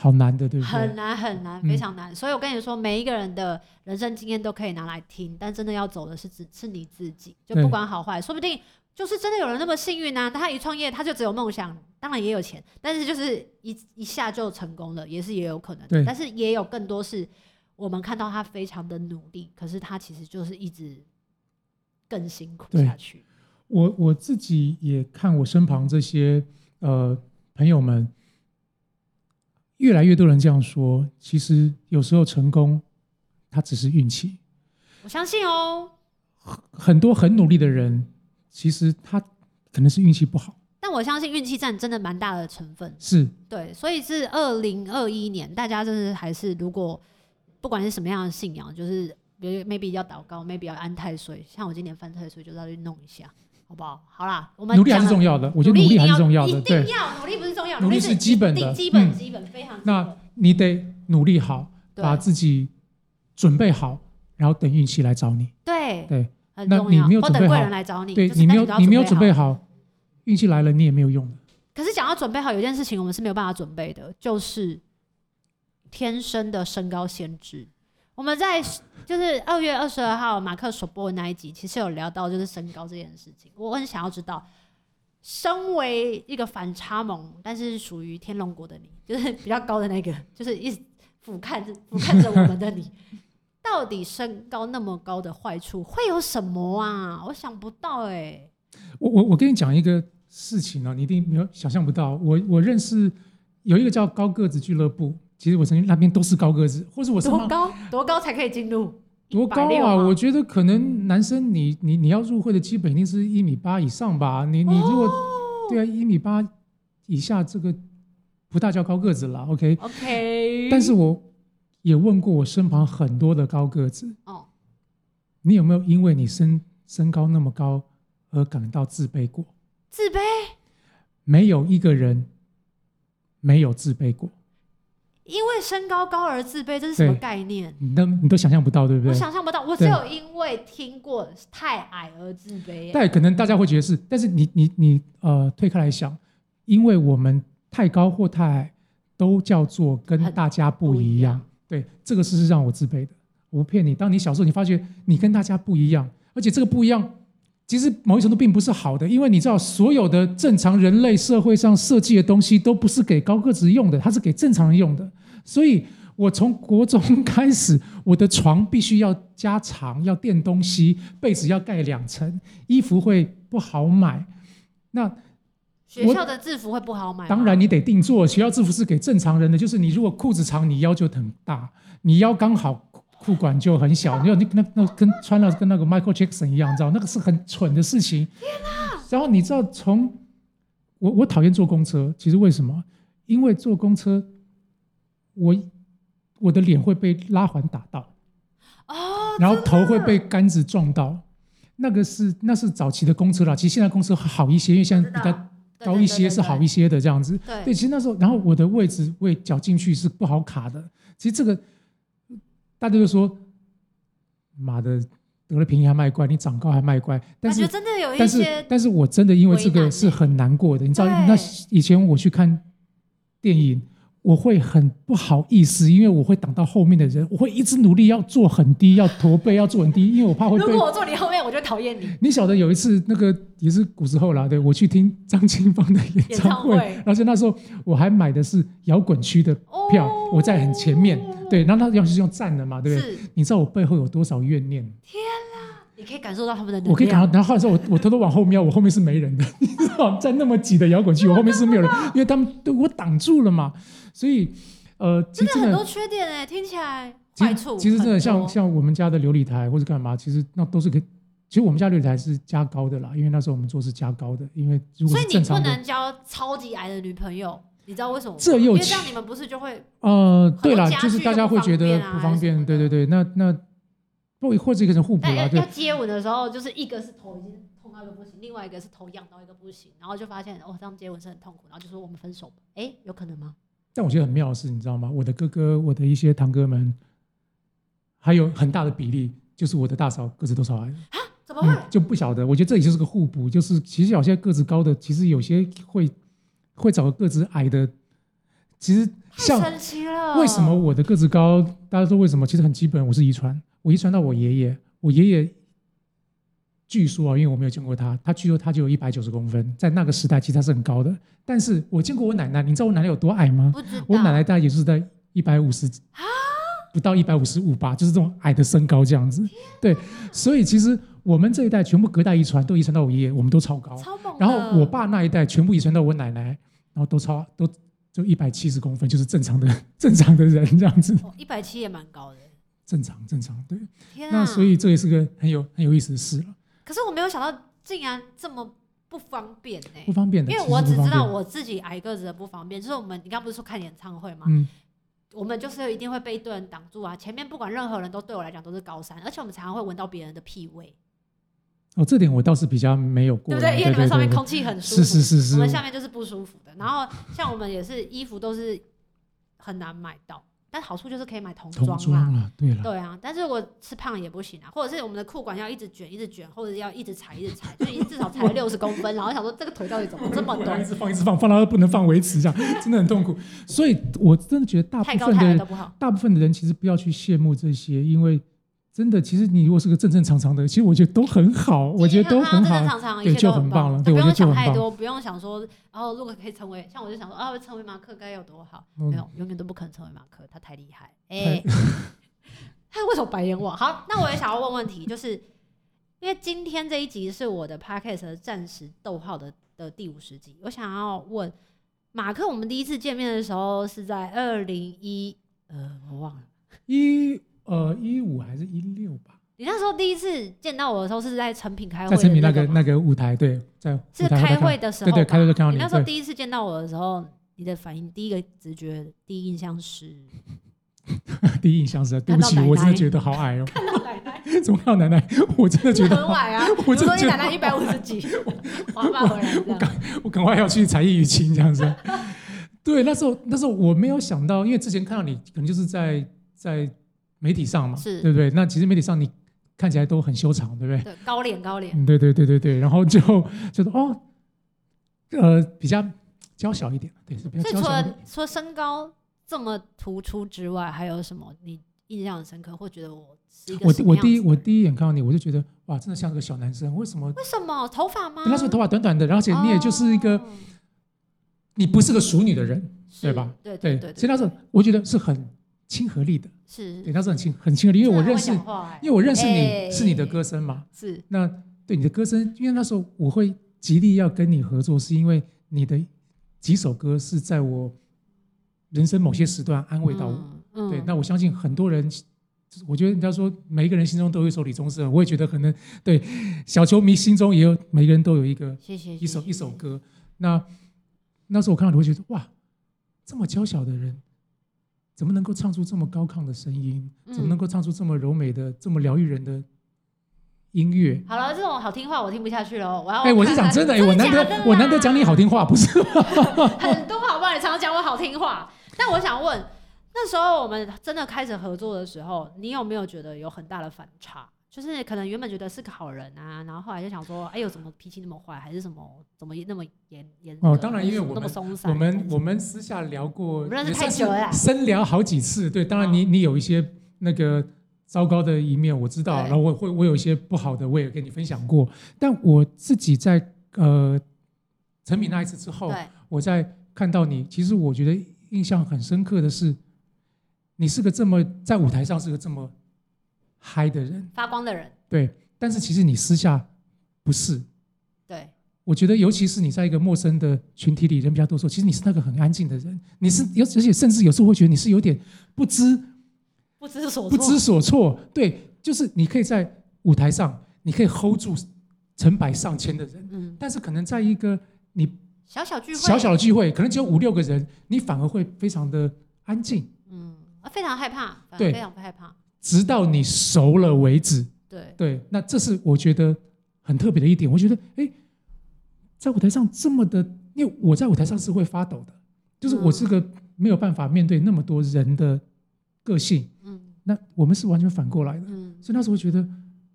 S2: 好难的，对不对
S1: 很？难很难，
S2: 嗯
S1: 非常难。所以我跟你说，每一个人的人生经验都可以拿来听，但真的要走的是只是你自己，就
S2: 对
S1: 不管好坏，说不定就是真的有人那么幸运呢、他一创业，他就只有梦想，当然也有钱，但是就是一一下就成功了，也是也有可能的。
S2: 对
S1: 但是也有更多是我们看到他非常的努力，可是他其实就是一直更辛苦
S2: 对
S1: 下去。
S2: 我我自己也看我身旁这些呃朋友们，越来越多人这样说，其实有时候成功，它只是运气。
S1: 我相信哦，
S2: 很多很努力的人，其实他可能是运气不好，
S1: 但我相信运气占真的蛮大的成分。
S2: 是
S1: 对，所以是二零二一年，大家真的还是如果不管是什么样的信仰，就是比如 maybe 要祷告，maybe 要安太岁，像我今年犯太岁，就是要去弄一下，好不好？好啦，我们
S2: 努力还
S1: 讲
S2: 是
S1: 了
S2: 重要的，我觉得
S1: 努
S2: 努
S1: 力一
S2: 力还
S1: 定
S2: 是重要的，
S1: 一
S2: 对
S1: 定。要努力不是重要，
S2: 努力是
S1: 是
S2: 基本
S1: 一定
S2: 的
S1: 基本
S2: 嗯
S1: 基本非常基
S2: 那
S1: 本
S2: 你得努力好，
S1: 对
S2: 把自己准备好，然后等运气来找你。
S1: 对
S2: 对，
S1: 很
S2: 那
S1: 重
S2: 你
S1: 要，
S2: 没有
S1: 不
S2: 准
S1: 等
S2: 备
S1: 贵
S2: 好
S1: 人来找你，
S2: 对
S1: 就是
S2: 你没
S1: 但
S2: 有
S1: 要
S2: 你没有准备
S1: 好。
S2: 好，运气来了你也没有用的。
S1: 可是讲到准备好，有件事情我们是没有办法准备的，就是天生的身高限制。我们在就是二月二十二号马克首播的那一集，其实有聊到就是身高这件事情。我很想要知道，身为一个反差萌，但是属于天龙国的你， *laughs* 就是比较高的那个，就是一直俯瞰着俯瞰着我们的你， *laughs* 到底身高那么高的坏处会有什么啊？我想不到哎、
S2: 我我我跟你讲一个事情哦，你一定没有想象不到。我我认识有一个叫高个子俱乐部，其实我曾经那边都是高个子，或是我身
S1: 多
S2: 旁
S1: 高多高才可以进入？
S2: 多高
S1: 160
S2: 啊？
S1: 吗
S2: 我觉得可能男生你你你要入会的基本一定是一米八以上吧。你你如果、
S1: 哦
S2: 对啊一米八以下，这个不大叫高个子了，OK。
S1: OK，
S2: 但是我也问过我身旁很多的高个子，
S1: 哦，
S2: 你有没有因为你身身高那么高而感到自卑过？
S1: 自卑，
S2: 没有一个人没有自卑过，
S1: 因为身高高而自卑，这是什么
S2: 对
S1: 概念？
S2: 你都你都想象不到，对不
S1: 我
S2: 对？
S1: 想象不到，我只
S2: 对
S1: 有因为听过太矮而自卑、欸。
S2: 但可能大家会觉得是，但是你你你呃，退开来想，因为我们太高或太矮都叫做跟
S1: 很
S2: 大家不
S1: 不一
S2: 一样
S1: 样，
S2: 对，这个事是让我自卑的。我不骗你，当你小时候你发觉你跟大家不一样，而且这个不一样。其实某一程度并不是好的，因为你知道，所有的正常人类社会上设计的东西都不是给高个子用的，它是给正常人用的。所以我从国中开始，我的床必须要加长，要垫东西，被子要盖两层，衣服会不好买。那
S1: 学校的制服会不好买吗，
S2: 当然你得定做，学校制服是给正常人的，就是你如果裤子长，你腰就很大，你腰刚好。裤裤管就很小，你有那那那跟穿了跟那个 Michael Jackson 一样，你知道那个是很蠢的事情。然后你知道从我我讨厌坐公车，其实为什么？因为坐公车，我我的脸会被拉环打到，
S1: 哦，
S2: 然后头会被杆子撞到。
S1: 嗯
S2: 那个是那是早期的公车啦，其实现在公车好一些，因为现在比
S1: 我知
S2: 较
S1: 道对
S2: 高一些是好一。些的这样子。
S1: 对对对对
S2: 对，其实那时候，然后我的位置位脚进去是不好卡的。其实这个大家就说，妈的，得了便宜还卖乖，你长高还卖乖。但
S1: 感觉
S2: 是，
S1: 真的有一
S2: 但是
S1: 些，
S2: 但是我真的因为这
S1: 为难欸
S2: 个是很难过的。你知道，
S1: 对
S2: 那以前我去看电影，我会很不好意思，因为我会挡到后面的人，我会一直努力要坐很低，要驼背，要坐很低，因为我怕会
S1: 如
S2: 被
S1: 果我坐你后面，我就讨
S2: *laughs*
S1: 厌你。
S2: 你晓得有一次那个也是古时候啦，对我去听张清芳的演唱
S1: 演唱
S2: 会，
S1: 会
S2: 然后就那时候我还买的是摇滚区的
S1: 哦
S2: 票，我在很前面，对，然后他要是用站的嘛，对不对？
S1: 是，
S2: 你知道我背后有多少怨念？
S1: 你可以感受到他们的能量。
S2: 我可以感到，然后后来说我我偷偷往后瞄，我后面是没人的， *laughs* 你知道吗，在那么挤的摇滚区，我后面是没有人，因为他们对我挡住了嘛，所以呃，其
S1: 真
S2: 实
S1: 的很多缺点哎、听起来
S2: 其
S1: 坏
S2: 实
S1: 处
S2: 其实真的
S1: 很
S2: 像
S1: 多
S2: 像我们家的琉璃台或者干嘛，其实那都是可以。其实我们家琉璃台是加高的啦，因为那时候我们做是加高的，因为如
S1: 所
S2: 果是
S1: 以你
S2: 正
S1: 不
S2: 常的，
S1: 能交超级矮的女朋友，你知道为什么吗？
S2: 这又
S1: 因为
S2: 起
S1: 这样你们不是就会
S2: 呃，对啦，
S1: 很多
S2: 就是
S1: 家具
S2: 大家
S1: 就不
S2: 会
S1: 方
S2: 觉得
S1: 便啊
S2: 不
S1: 还
S2: 方
S1: 是什
S2: 便，
S1: 么
S2: 对对
S1: 的
S2: 对，那那或或者一个人互补
S1: 但要
S2: 啦，对
S1: 要，接吻的时候，就是一个是头已经痛到一个不行，另外一个是头痒到一个不行，然后就发现哦，这样接吻是很痛苦，然后就说我们分手吧。哎、有可能吗？
S2: 但我觉得很妙的是，你知道吗？我的哥哥，我的一些堂哥们，还有很大的比例就是我的大嫂个子都超矮，
S1: 怎么会？
S2: 嗯就不晓得。我觉得这也就是个互补，就是其实有些个子高的，其实有些会会找个个子矮的。其实像
S1: 太神奇了！
S2: 为什么？我的个子高，大家说为什么？其实很基本，我是遗传，我遗传到我爷爷，我爷爷。据说啊，因为我没有见过他，他据说他就有一百九十公分，在那个时代其实他是很高的。但是我见过我奶奶，你知道我奶奶有多矮吗？
S1: 不知道。啊
S2: 我奶奶大概也是在一百五十不到一百五十五吧，就是这种矮的身高这样子。对，所以其实我们这一代全部隔代遗传，都遗传到我爷爷，我们都超高。
S1: 超猛的。
S2: 然后我爸那一代全部遗传到我奶奶，然后都超都就一百七十公分，就是正常的正常的人这样子，
S1: 哦一百七也蛮高的，
S2: 正常正常。对，
S1: 天啊！
S2: 那所以这也是个很有很有意思的事了，
S1: 可是我没有想到，竟然这么不方便呢、
S2: 不方便的，
S1: 因为
S2: 其实
S1: 我只
S2: 不方
S1: 知道
S2: 便
S1: 我自己矮个子的不方便，就是我们你刚不是说看演唱会吗？
S2: 嗯
S1: 我们就是一定会被一堆人挡住啊！前面不管任何人都对我来讲都是高山，而且我们常常会闻到别人的屁味，
S2: 哦，这点我倒是比较没有过
S1: 对
S2: 啦，
S1: 不对？因为你们上面
S2: 对
S1: 空气很舒服，
S2: 是是是是
S1: 我们，下面就是不舒服的。然后像我们也是衣服都是很难买到，但好处就是可以买童
S2: 童
S1: 装啦。
S2: 装了，对了，
S1: 对啊，但是我吃胖也不行啊，或者是我们的裤管要一直卷，一直卷，或者要一直踩，一直踩，就是已经至少踩了六十公分，然后想说这个腿到底怎么这么
S2: 我要
S1: 短？
S2: 一直 *laughs* 放一直放，放到不能放为止，这样 *laughs* 真的很痛苦。所以我真的觉得大
S1: 太
S2: 部
S1: 高
S2: 分
S1: 太矮
S2: 的
S1: 都不好。
S2: 大部分的人其实不要去羡慕这些，因为真的，其实你如果是个正正常常的，其实我觉得都很好，我觉得都很
S1: 健健康康正正
S2: 好。
S1: 常常，
S2: 对
S1: 一切都很
S2: 就很棒了
S1: 不
S2: 对我觉
S1: 用
S2: 得就
S1: 想
S2: 很
S1: 太
S2: 棒
S1: 多，不用想说，然后如果可以成为，像我就想说啊，成为马克该有多好。没
S2: 嗯，
S1: 有，永远都不可能成为马克，他太厉害。哎、
S2: 太
S1: *laughs* 他为什么白眼我？好，那我也想要问问题，就是因为今天这一集是我的 podcast 的暂时逗号的的第五十集，我想要问马克，我们第一次见面的时候是在二零一，呃，我忘了。
S2: 嗯一呃一五还是一六吧，
S1: 你那时候第一次见到我的时候是在成品开会
S2: 在
S1: 的
S2: 成品那个
S1: 吗
S2: 那个舞台，对，在舞
S1: 是
S2: 台
S1: 开
S2: 看
S1: 会的时候吧，
S2: 对对开会就看到
S1: 你
S2: 你
S1: 那时候
S2: 对
S1: 第一次见到我的时候，你的反应，第一个直觉，第一印象是
S2: 第一印象是，对不
S1: 看
S2: 起
S1: 到奶，奶
S2: 我真的觉得好矮哦， *laughs*
S1: 看到奶奶
S2: 怎么看到奶奶，我真的觉
S1: 就
S2: 得
S1: 很晚啊，
S2: *laughs* 我
S1: 比如
S2: 真
S1: 说
S2: 的
S1: 你
S2: 觉
S1: 奶
S2: 得
S1: 奶一百五十几，滑爸回来这样。
S2: 我赶快要去才艺与亲这样子。 *laughs* 对，那时候那时候我没有想到，因为之前看到你可能就是在在媒体上嘛，
S1: 是
S2: 对不对？那其实媒体上你看起来都很修长，对不对？
S1: 对，高脸高脸，
S2: 嗯，对对对对对。然后就就说哦，呃，比较娇小一点，对，是比较
S1: 所以
S2: 娇
S1: 除
S2: 小一点
S1: 了。除了身高这么突出之外，还有什么你印象很深刻，或觉得我是一个
S2: 我
S1: 什么
S2: 我
S1: 样子
S2: 第一
S1: 的
S2: 我
S1: 人
S2: 第一眼看到你，我就觉得哇，真的像个小男生。为什么？
S1: 为什么头发吗？
S2: 那时候头发短短的，而且你也就是一个，
S1: 哦
S2: 你不是个熟女的人，对吧？
S1: 是对
S2: 对。
S1: 对，
S2: 所以那时候我觉得是很亲和力的，
S1: 是，
S2: 对，那时候很亲很亲和力，因为我认识
S1: 真的很会讲话欸，
S2: 因为我认识你、
S1: 哎
S2: 是你的歌声嘛，
S1: 是
S2: 那对你的歌声，因为那时候我会极力要跟你合作，是因为你的几首歌是在我人生某些时段安慰到我。
S1: 嗯嗯
S2: 对，那我相信很多人，就是我觉得人家说每一个人心中都有一首李宗盛，我也觉得可能对小球迷心中也有每个人都有一个
S1: 谢谢
S2: 一首
S1: 谢谢
S2: 一首歌。那那时候我看到你会觉得哇，这么娇小的人，怎么能够唱出这么高亢的声音？怎
S1: 嗯
S2: 么能够唱出这么柔美的、这么疗愈人的音乐？
S1: 好了，这种好听话我听不下去了，我要
S2: 哎、我是讲真的，哎、我难
S1: 假的
S2: 得
S1: 啦
S2: 我难得讲你好听话，
S1: *laughs*
S2: 不是？
S1: 很多好不好？你常常讲我好听话，但我想问，那时候我们真的开始合作的时候，你有没有觉得有很大的反差？就是可能原本觉得是个好人啊，然后后来就想说，哎呦，怎么脾气那么坏，还是什么怎么那么严严格？
S2: 哦当然因为我们
S1: 那么松散，
S2: 我们我们私下聊过，
S1: 我们认识
S2: 也算
S1: 太久了啦哦
S2: 是深聊好几次。对，当然你你有一些那个糟糕的一面，我知道，
S1: 对
S2: 然后我会我有一些不好的，我也跟你分享过。但我自己在呃成品那一次之后，
S1: 对
S2: 我在看到你，其实我觉得印象很深刻的是，你是个这么在舞台上是个这么嗨的人，
S1: 发光的人，
S2: 对，但是其实你私下不是。
S1: 对，
S2: 我觉得，尤其是你在一个陌生的群体里，人比较多的时候，其实你是那个很安静的人，你是而且甚至有时候会觉得你是有点不知
S1: 不知所措，
S2: 不知所措。对，就是你可以在舞台上，你可以 hold 住成百上千的人，
S1: 嗯，
S2: 但是可能在一个你
S1: 小小聚会，
S2: 小小的聚会，可能只有五六个人，你反而会非常的安静，
S1: 嗯，啊，非常害怕，反而
S2: 对
S1: 非常害怕，
S2: 直到你熟了为止。
S1: 对，
S2: 对，那这是我觉得很特别的一点。我觉得，哎，在舞台上这么的，因为我在舞台上是会发抖的，就是我
S1: 嗯
S2: 是个没有办法面对那么多人的个性。
S1: 嗯
S2: 那我们是完全反过来的，
S1: 嗯
S2: 所以那时候觉得，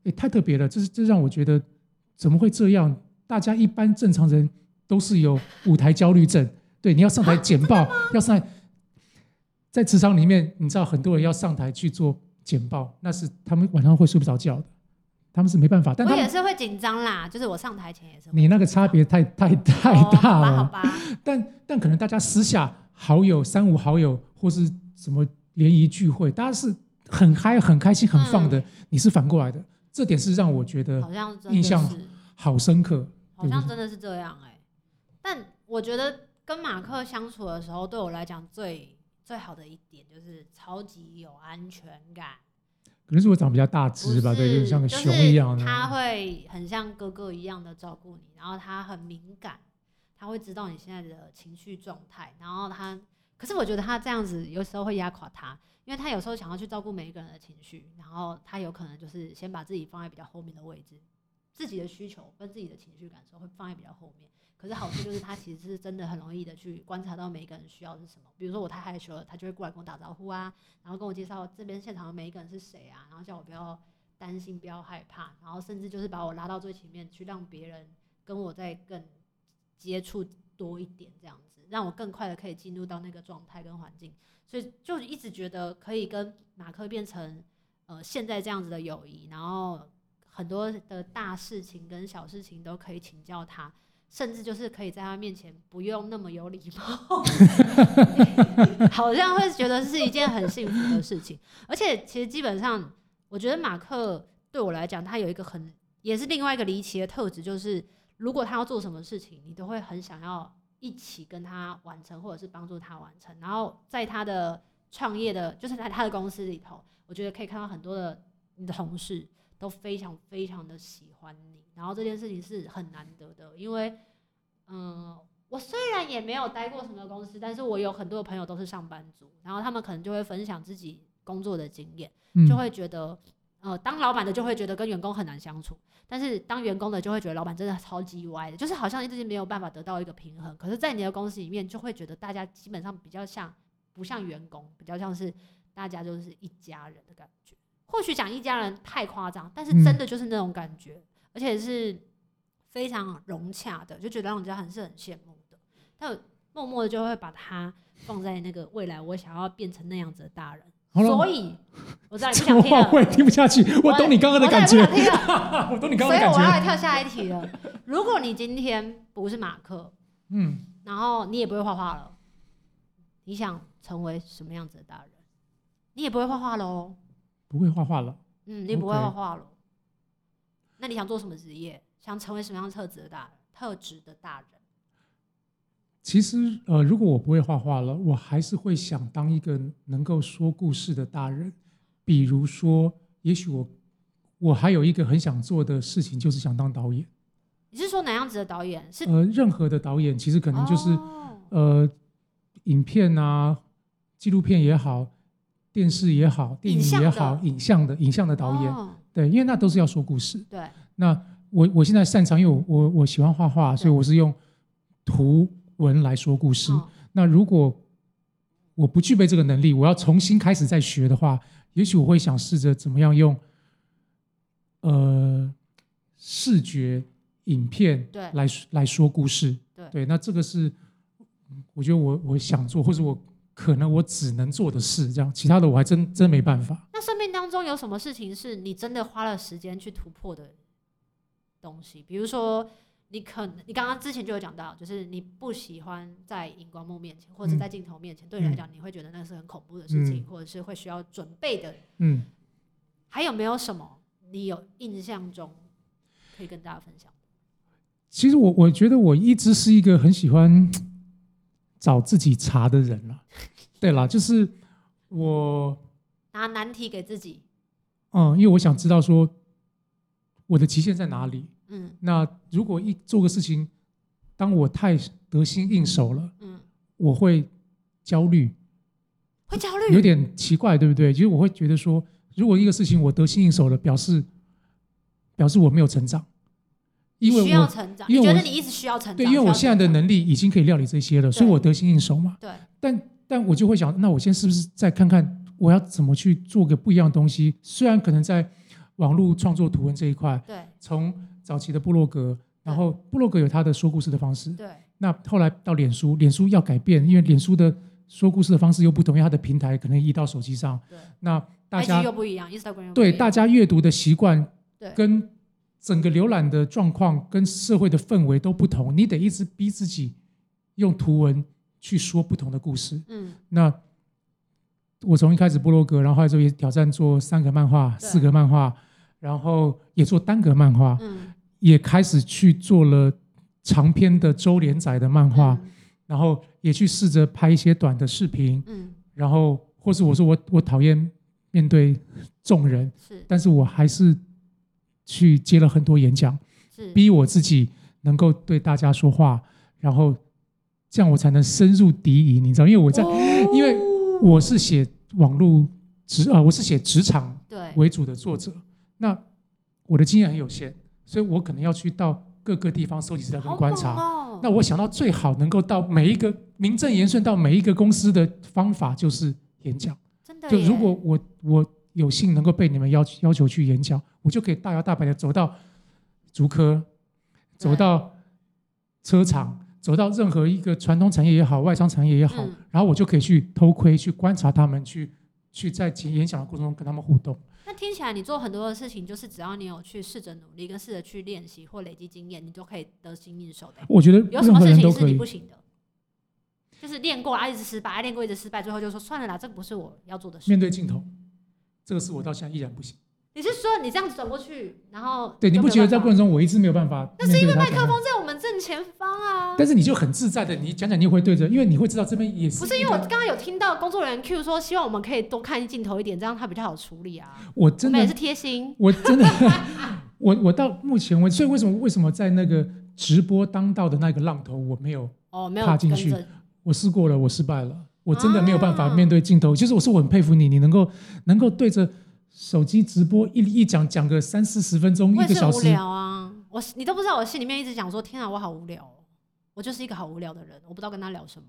S2: 哎，太特别了，这是这让我觉得怎么会这样？大家一般正常人都是有舞台焦虑症，对，你要上台
S1: *laughs*
S2: 简报，要上台，在职场里面，你知道很多人要上台去做简报，那是他们晚上会睡不着觉的，他们是没办法，但
S1: 我
S2: 他
S1: 也
S2: 们
S1: 是会紧张啦，就是我上台前也是会
S2: 你那个差别太太太
S1: 哦
S2: 大了，
S1: 好吧，好吧，
S2: 但但可能大家私下好友三五好友或是什么联谊聚会，大家是很嗨、很开心、很放的，
S1: 嗯
S2: 你是反过来的，这点是让我觉得 *laughs*
S1: 好像真的
S2: 印象
S1: 是
S2: 好深刻。
S1: 好像真的是这样哎、但我觉得跟马克相处的时候，对我来讲最最好的一点就是超级有安全感，
S2: 可能是我长比较大
S1: 不
S2: 只
S1: 是
S2: 吧，对，就像个熊
S1: 就是
S2: 一样啊的。
S1: 他会很像哥哥一样的照顾你，然后他很敏感，他会知道你现在的情绪状态，然后他，可是我觉得他这样子有时候会压垮他，因为他有时候想要去照顾每一个人的情绪，然后他有可能就是先把自己放在比较后面的位置，自己的需求跟自己的情绪感受会放在比较后面。可是好处就是他其实是真的很容易的去观察到每一个人需要的是什么，比如说我太害羞了，他就会过来跟我打招呼啊，然后跟我介绍这边现场的每一个人是谁啊，然后叫我不要担心，不要害怕，然后甚至就是把我拉到最前面去，让别人跟我再更接触多一点，这样子让我更快的可以进入到那个状态跟环境。所以就一直觉得可以跟马克变成呃现在这样子的友谊，然后很多的大事情跟小事情都可以请教他。甚至就是可以在他面前不用那么有礼貌，好像会觉得是一件很幸福的事情。而且其实基本上，我觉得马克对我来讲，他有一个很也是另外一个离奇的特质，就是如果他要做什么事情，你都会很想要一起跟他完成，或者是帮助他完成。然后在他的创业的，就是在他的公司里头，我觉得可以看到很多的你的同事都非常非常的喜欢你，然后这件事情是很难得的，因为嗯。我虽然也没有待过什么公司，但是我有很多的朋友都是上班族，然后他们可能就会分享自己工作的经验。
S2: 嗯
S1: 就会觉得，呃，当老板的就会觉得跟员工很难相处，但是当员工的就会觉得老板真的超级歪的，就是好像一直没有办法得到一个平衡。可是，在你的公司里面，就会觉得大家基本上比较像，不像员工，比较像是大家就是一家人的感觉。或许讲一家人太夸张，但是真的就是那种感觉，而且是非常融洽的，就觉得让人家很是很羡慕的。但我默默的就会把它放在那个未来，我想要变成那样子的大人。
S2: 好了
S1: 所以我
S2: *laughs*
S1: 知道你不
S2: 这
S1: 想
S2: 种
S1: 听了
S2: 话，我也听不下去，我懂你刚刚的感觉
S1: 我，再也不想听了
S2: *laughs* 我懂你刚
S1: 所
S2: 刚
S1: 以
S2: 的感
S1: 我要来
S2: 觉。
S1: 跳下一题了。如果你今天不是马克，
S2: 嗯，
S1: 然后你也不会画画了，你想成为什么样子的大人？你也不会画画喽，
S2: 不会画画了，
S1: 嗯，你不会
S2: OK
S1: 画画喽。那你想做什么职业？想成为什么样特质的大人？特质的大人？
S2: 其实呃，如果我不会画画了，我还是会想当一个能够说故事的大人。比如说，也许我我还有一个很想做的事情，就是想当导演。
S1: 你是说哪样子的导演？是
S2: 呃，任何的导演其实可能就是、
S1: 哦
S2: 呃，影片啊、纪录片也好，电视也好，电
S1: 影
S2: 影
S1: 像
S2: 也
S1: 的
S2: 好，影像的影像的导演，
S1: 哦
S2: 对，因为那都是要说故事。
S1: 对，
S2: 那我我现在擅长，因为我我我喜欢画画，所以
S1: 对
S2: 我是用图文来说故事。
S1: 嗯
S2: 那如果我不具备这个能力，我要重新开始再学的话，也许我会想试着怎么样用呃视觉影片
S1: 对
S2: 来来说故事。
S1: 对
S2: 那这个是嗯我觉得我我想做，或者我可能我只能做的事，这样其他的我还真真没办法。
S1: 那生命当中有什么事情是你真的花了时间去突破的东西？比如说，你可能你刚刚之前就有讲到，就是你不喜欢在荧光幕面前或
S2: 嗯
S1: 者在镜头面前，对你来讲，你会觉得那是很恐怖的事情，或者是会需要准备的。
S2: 嗯，
S1: 还有没有什么你有印象中可以跟大家分享？
S2: 其实我我觉得我一直是一个很喜欢找自己茬的人啦。对啦，就是我，
S1: 拿难题给自己，
S2: 嗯，因为我想知道说我的极限在哪里。
S1: 嗯
S2: 那如果一做个事情，当我太得心应手了，
S1: 嗯，
S2: 我会焦虑，
S1: 会焦
S2: 有
S1: 虑，
S2: 点奇怪，对不对？其实我会觉得说，如果一个事情我得心应手了，表示表示我没有成长，因
S1: 你需
S2: 为
S1: 要
S2: 我
S1: 成长，
S2: 因为
S1: 你觉
S2: 我
S1: 得你一直需要成长，
S2: 对，因为
S1: 需要
S2: 我现在的
S1: 成长
S2: 能力已经可以料理这些了，所以
S1: 对
S2: 我得心应手嘛。
S1: 对
S2: 但但我就会想，那我先是不是再看看我要怎么去做个不一样的东西？虽然可能在网络创作图文这一块，
S1: 对
S2: 从早期的部落格，然后部落格有它的说故事的方式，
S1: 对
S2: 那后来到脸书，脸书要改变，因为脸书的说故事的方式又不同，因为它的平台可能移到手机上
S1: 对，
S2: 那大
S1: ，IG
S2: 家
S1: 又不一样，Instagram 又不一
S2: 对
S1: 样
S2: 大家阅读的习惯
S1: 对，
S2: 跟整个浏览的状况跟社会的氛围都不同，你得一直逼自己用图文去说不同的故事。
S1: 嗯
S2: 那我从一开始部落格，然后后来就也挑战做三格漫画、
S1: 对
S2: 四格漫画，然后也做单格漫画， *laughs*
S1: 嗯
S2: 也开始去做了长篇的周连载的漫
S1: 嗯
S2: 画，然后也去试着拍一些短的视频，
S1: 嗯
S2: 然后或是我说我我讨厌面对众人，
S1: 是
S2: 但是我还是去接了很多演讲，
S1: 是
S2: 逼我自己能够对大家说话，然后这样我才能深入敌营，你知道，因为我
S1: 哦
S2: 在、因为我是写网络职啊、我是写职场
S1: 对
S2: 为主的作者，那我的经验很有限，所以我可能要去到各个地方收集资料跟
S1: 好
S2: 观
S1: 猛
S2: 察。
S1: 哦
S2: 那我想到最好能够到每一个名正言顺到每一个公司的方法就是演讲。
S1: 真的
S2: 就
S1: 耶
S2: 如果我我有幸能够被你们要要求去演讲，我就可以大摇大摆的走到竹科，走
S1: 对
S2: 到车厂，走到任何一个传统产业也好，外商产业也好，
S1: 嗯
S2: 然后我就可以去偷窥、去观察他们，去去在演讲的过程中跟他们互动。
S1: 那听起来你做很多的事情，就是只要你有去试着努力跟试着去练习或累积经验，你都可以得心应手的。
S2: 我觉得
S1: 有什
S2: 任
S1: 么
S2: 何
S1: 事
S2: 人
S1: 情
S2: 都
S1: 是
S2: 可
S1: 你
S2: 以
S1: 不。行的？就是练过，啊一直失败，啊练过一直失败，最后就说算了啦，这个不是我要做的事
S2: 面。对镜头，这个是我到现在依然不行。
S1: 你是说你这样子转过去，然后
S2: 对，你
S1: 哦就
S2: 不
S1: 没有
S2: 觉得在
S1: 办
S2: 过程中我一直没有办法？
S1: 那是因为麦
S2: 麦
S1: 克风在我们正前方啊？
S2: 但是你就很自在的，你讲讲你也会对着，因为你会知道这边也是
S1: 不是
S2: 一
S1: 因为
S2: 个
S1: 我刚刚有听到工作人员 Q 说，希望我们可以多看镜头一点，这样他比较好处理啊。
S2: 我真
S1: 我们
S2: 的
S1: 也是贴心，
S2: 我真的， *laughs* 我我到目前为止，所以为什么为什么在那个直播当道的那个浪头，我没有，
S1: 哦，没有
S2: 踏进
S1: 跟
S2: 去
S1: 着，
S2: 我试过了，我失败了，我真的没有办法
S1: 啊
S2: 面对镜头。其实我是我很佩服你，你能够能够对着手机直播一一讲讲个三四十分钟，
S1: 我
S2: 一
S1: 也
S2: 个
S1: 是
S2: 小
S1: 无
S2: 时，
S1: 聊啊。我你都不知道，我心里面一直想说，天啊，我好无聊、哦，我就是一个好无聊的人，我不知道跟他聊什么，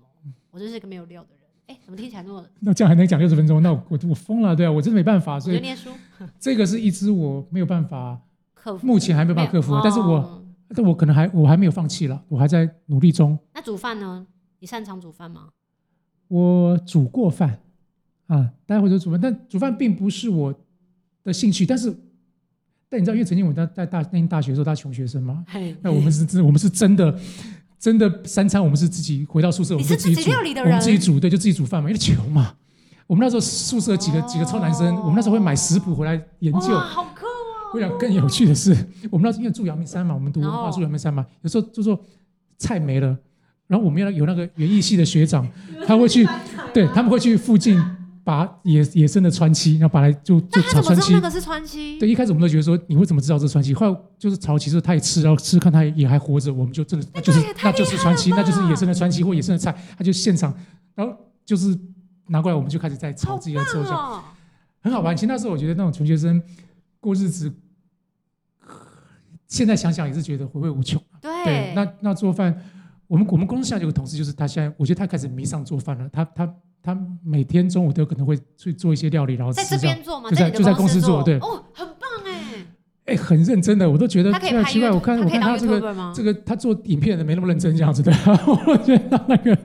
S1: 我就是一个没有料的人。哎、怎么听起来那么？
S2: 那这样还能讲六十分钟？那我我我疯了，对啊，我真的没办法。
S1: 我
S2: 所
S1: 觉得
S2: 以
S1: 念书
S2: 这个是一支我没有办法，
S1: 克服，
S2: 目前还没有办法克服，啊但是我
S1: 哦
S2: 但我可能还我还没有放弃了，我还在努力中。
S1: 那煮饭呢？你擅长煮饭吗？
S2: 我煮过饭啊，待会就煮饭，但煮饭并不是我的兴趣。但是，但你知道，因为曾经我在在大那大学的时候，他穷学生嘛，
S1: 嘿
S2: 哎那我们是真，我们是真的真的三餐我们是自己回到宿舍，我
S1: 你
S2: 们
S1: 是
S2: 就
S1: 自
S2: 己
S1: 己
S2: 煮，
S1: 料理的
S2: 我们自己
S1: 人，
S2: 煮，对，就自己煮饭嘛，因为穷嘛。我们那时候宿舍几个几个臭男生，我们那时候会买食谱回来研究。
S1: 哦哇，好酷哦！
S2: 我想更有趣的是，我们那时候因为住阳明山嘛，我们读文化
S1: 哦
S2: 住阳明山嘛，有时候就说菜没了，然后我们要有那个园艺系的
S1: *laughs*
S2: 学长，他会去
S1: 啊
S2: 对，他们会去附近拔野野生的川崎，然后把来就就
S1: 那他怎
S2: 炒
S1: 么
S2: 川
S1: 知道那
S2: 崎。
S1: 个是川西？
S2: 对，一开始我们都觉得说你会怎么知道这是川崎，后来就是潮崎，就是他也吃，然后吃看他也还活着，我们就真的那就是
S1: 也太
S2: 那就是
S1: 厉害
S2: 川崎，
S1: 了
S2: 那就是
S1: 吧
S2: 野生的川崎或野生的菜，他就现场，然后就是拿过来，我们就开始在炒
S1: 好
S2: 自己的做酱，
S1: 棒哦！
S2: 很好玩。其实那时候我觉得那种穷学生过日子，现在想想也是觉得回味无穷。对，那那做饭，我们我们公司下有个同事，就是他现在，我觉得他开始迷上做饭了。他他他每天中午都有可能会去做一些料理，然后
S1: 在
S2: 吃
S1: 这
S2: 这样。
S1: 边做吗？
S2: 就在
S1: 你的
S2: 就在
S1: 公
S2: 公司做对
S1: 哦，很棒哎！
S2: 哎，很认真的，我都觉得
S1: 他可以
S2: 奇怪
S1: 拍
S2: 奇怪。
S1: YouTube，
S2: 我看我
S1: 他可以
S2: 看
S1: 当
S2: 他这个
S1: YouTuber 吗？
S2: 这个他做影片的没那么认真这样子的， *laughs* 我觉得他那个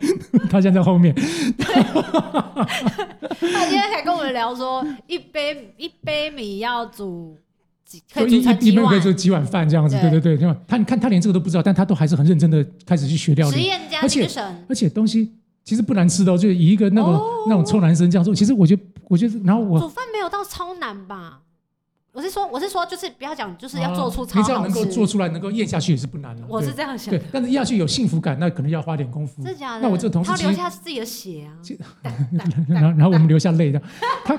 S2: 他现在在后面，
S1: 他今天还跟我们聊说，一杯一杯米要煮几，可
S2: 就
S1: 以
S2: 一
S1: 煮成
S2: 一一
S1: 几
S2: 面可
S1: 碗
S2: 以？做几碗饭这样子。对
S1: 对
S2: 对对，对吧他你看他连这个都不知道，但他都还是很认真的开始去学料理
S1: 实。验家
S2: 而且
S1: 精神，
S2: 而且东西其实不难吃的、哦，就以一个那种、
S1: 哦
S2: 那种臭男生这样做，其实我觉得，我觉得，然后我
S1: 煮饭没有到超难吧？我是说，我是说，就是不要讲，就是要做出
S2: 啊你
S1: 超
S2: 只要
S1: 好
S2: 能够
S1: 吃。
S2: 做出来，能够咽下去也是不难的、
S1: 我是
S2: 对
S1: 这样想
S2: 对，，但是咽下去有幸福感，那可能要花点功夫
S1: 真。的假的？
S2: 那我这同事
S1: 他
S2: 其
S1: 留
S2: 实
S1: 下自己的血啊
S2: 其，
S1: 哒哒
S2: *laughs* 然后然后我们流下泪的，他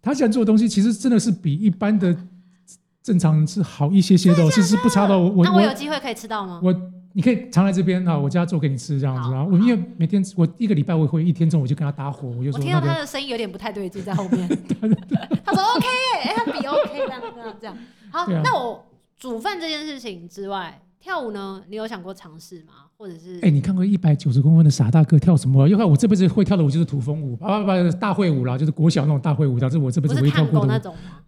S2: 他现在做的东西其实真的是比一般的正常是好一些些的、哦，其实是不差的哦。我
S1: 那我有
S2: 我
S1: 机会可以吃到吗？
S2: 我你可以常来这边啊，我家做给你吃这样子啊。我因为每天我一个礼拜我会一天中午就跟他搭伙，我就
S1: 我
S2: 说
S1: 听
S2: 那
S1: 到他
S2: 个
S1: 的声音有点不太对劲，在后
S2: *laughs*
S1: 面。他说 OK，哎、他比 OK 这样这样这样。好，
S2: 对啊
S1: 那我煮饭这件事情之外，跳舞呢，你有想过尝试吗？或者是
S2: 哎、你看过一百九十公分的傻大个跳什么舞啊？要看我这辈子会跳的舞就是土风舞，啊不不大会舞啦，就是国小那种大会舞，导致我这辈
S1: 不
S2: 子
S1: 是
S2: 唯一跳
S1: 探
S2: 过
S1: 狗
S2: 的
S1: 那
S2: 舞。
S1: 种吗？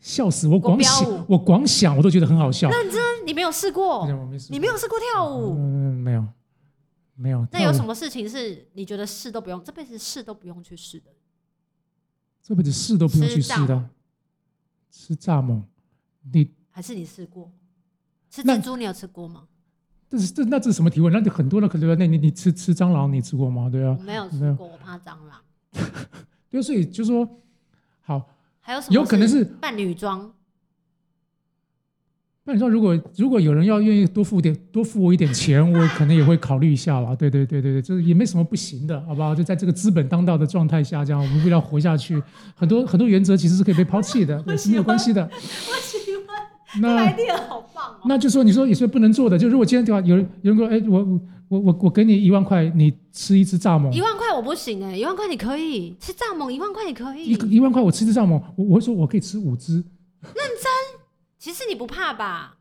S2: 笑死我！
S1: 国
S2: 光
S1: 标
S2: 想
S1: 舞
S2: 我光想我都觉得很好笑。
S1: 认真，你没有试过，
S2: 我啊没试
S1: 你没有试过跳舞。
S2: 嗯，没有，没有。
S1: 那有什
S2: 么？
S1: 么事情是你觉得试都不用，这辈子试都不用去试的？
S2: 这辈子试都不用去
S1: 吃蚱
S2: 试的。啊吃蚱蜢，你
S1: 还是你试过？吃
S2: 那哦
S1: 蜘蛛你有吃过吗？
S2: 这是这那这是什么提问？那就很多人可能那你你吃吃蟑螂你吃过吗？对
S1: 我
S2: 啊，
S1: 没有
S2: 没
S1: 吃
S2: 有
S1: 过，我怕蟑螂。
S2: 对啊，所以就说好，
S1: 还有什么？
S2: 有可能是
S1: 扮女 *laughs* 装，
S2: 那你说如果如果有人要愿意多付点多付我一点钱，我可能也会考虑一下啦。对 *laughs* 对对对对，就是也没什么不行的，好不好？就在这个资本当道的状态下，这样我们为了活下去，很多很多原则其实是可以被抛弃的，对，是没有关系的。
S1: 我喜欢。 *laughs*
S2: 那
S1: 来电好棒哦！
S2: 那就说你说有些不能做的，就如果今天对吧，有人有人说，哎，我我我我给你一万块，你吃一只蚱
S1: 一
S2: 蜢，
S1: 万块我不行哎、一万块你可以吃蚱蜢，一万块你可
S2: 一
S1: 以。
S2: 个一万块我吃一只蚱蜢，我我会说我可以吃五只，
S1: 其实你不怕吧？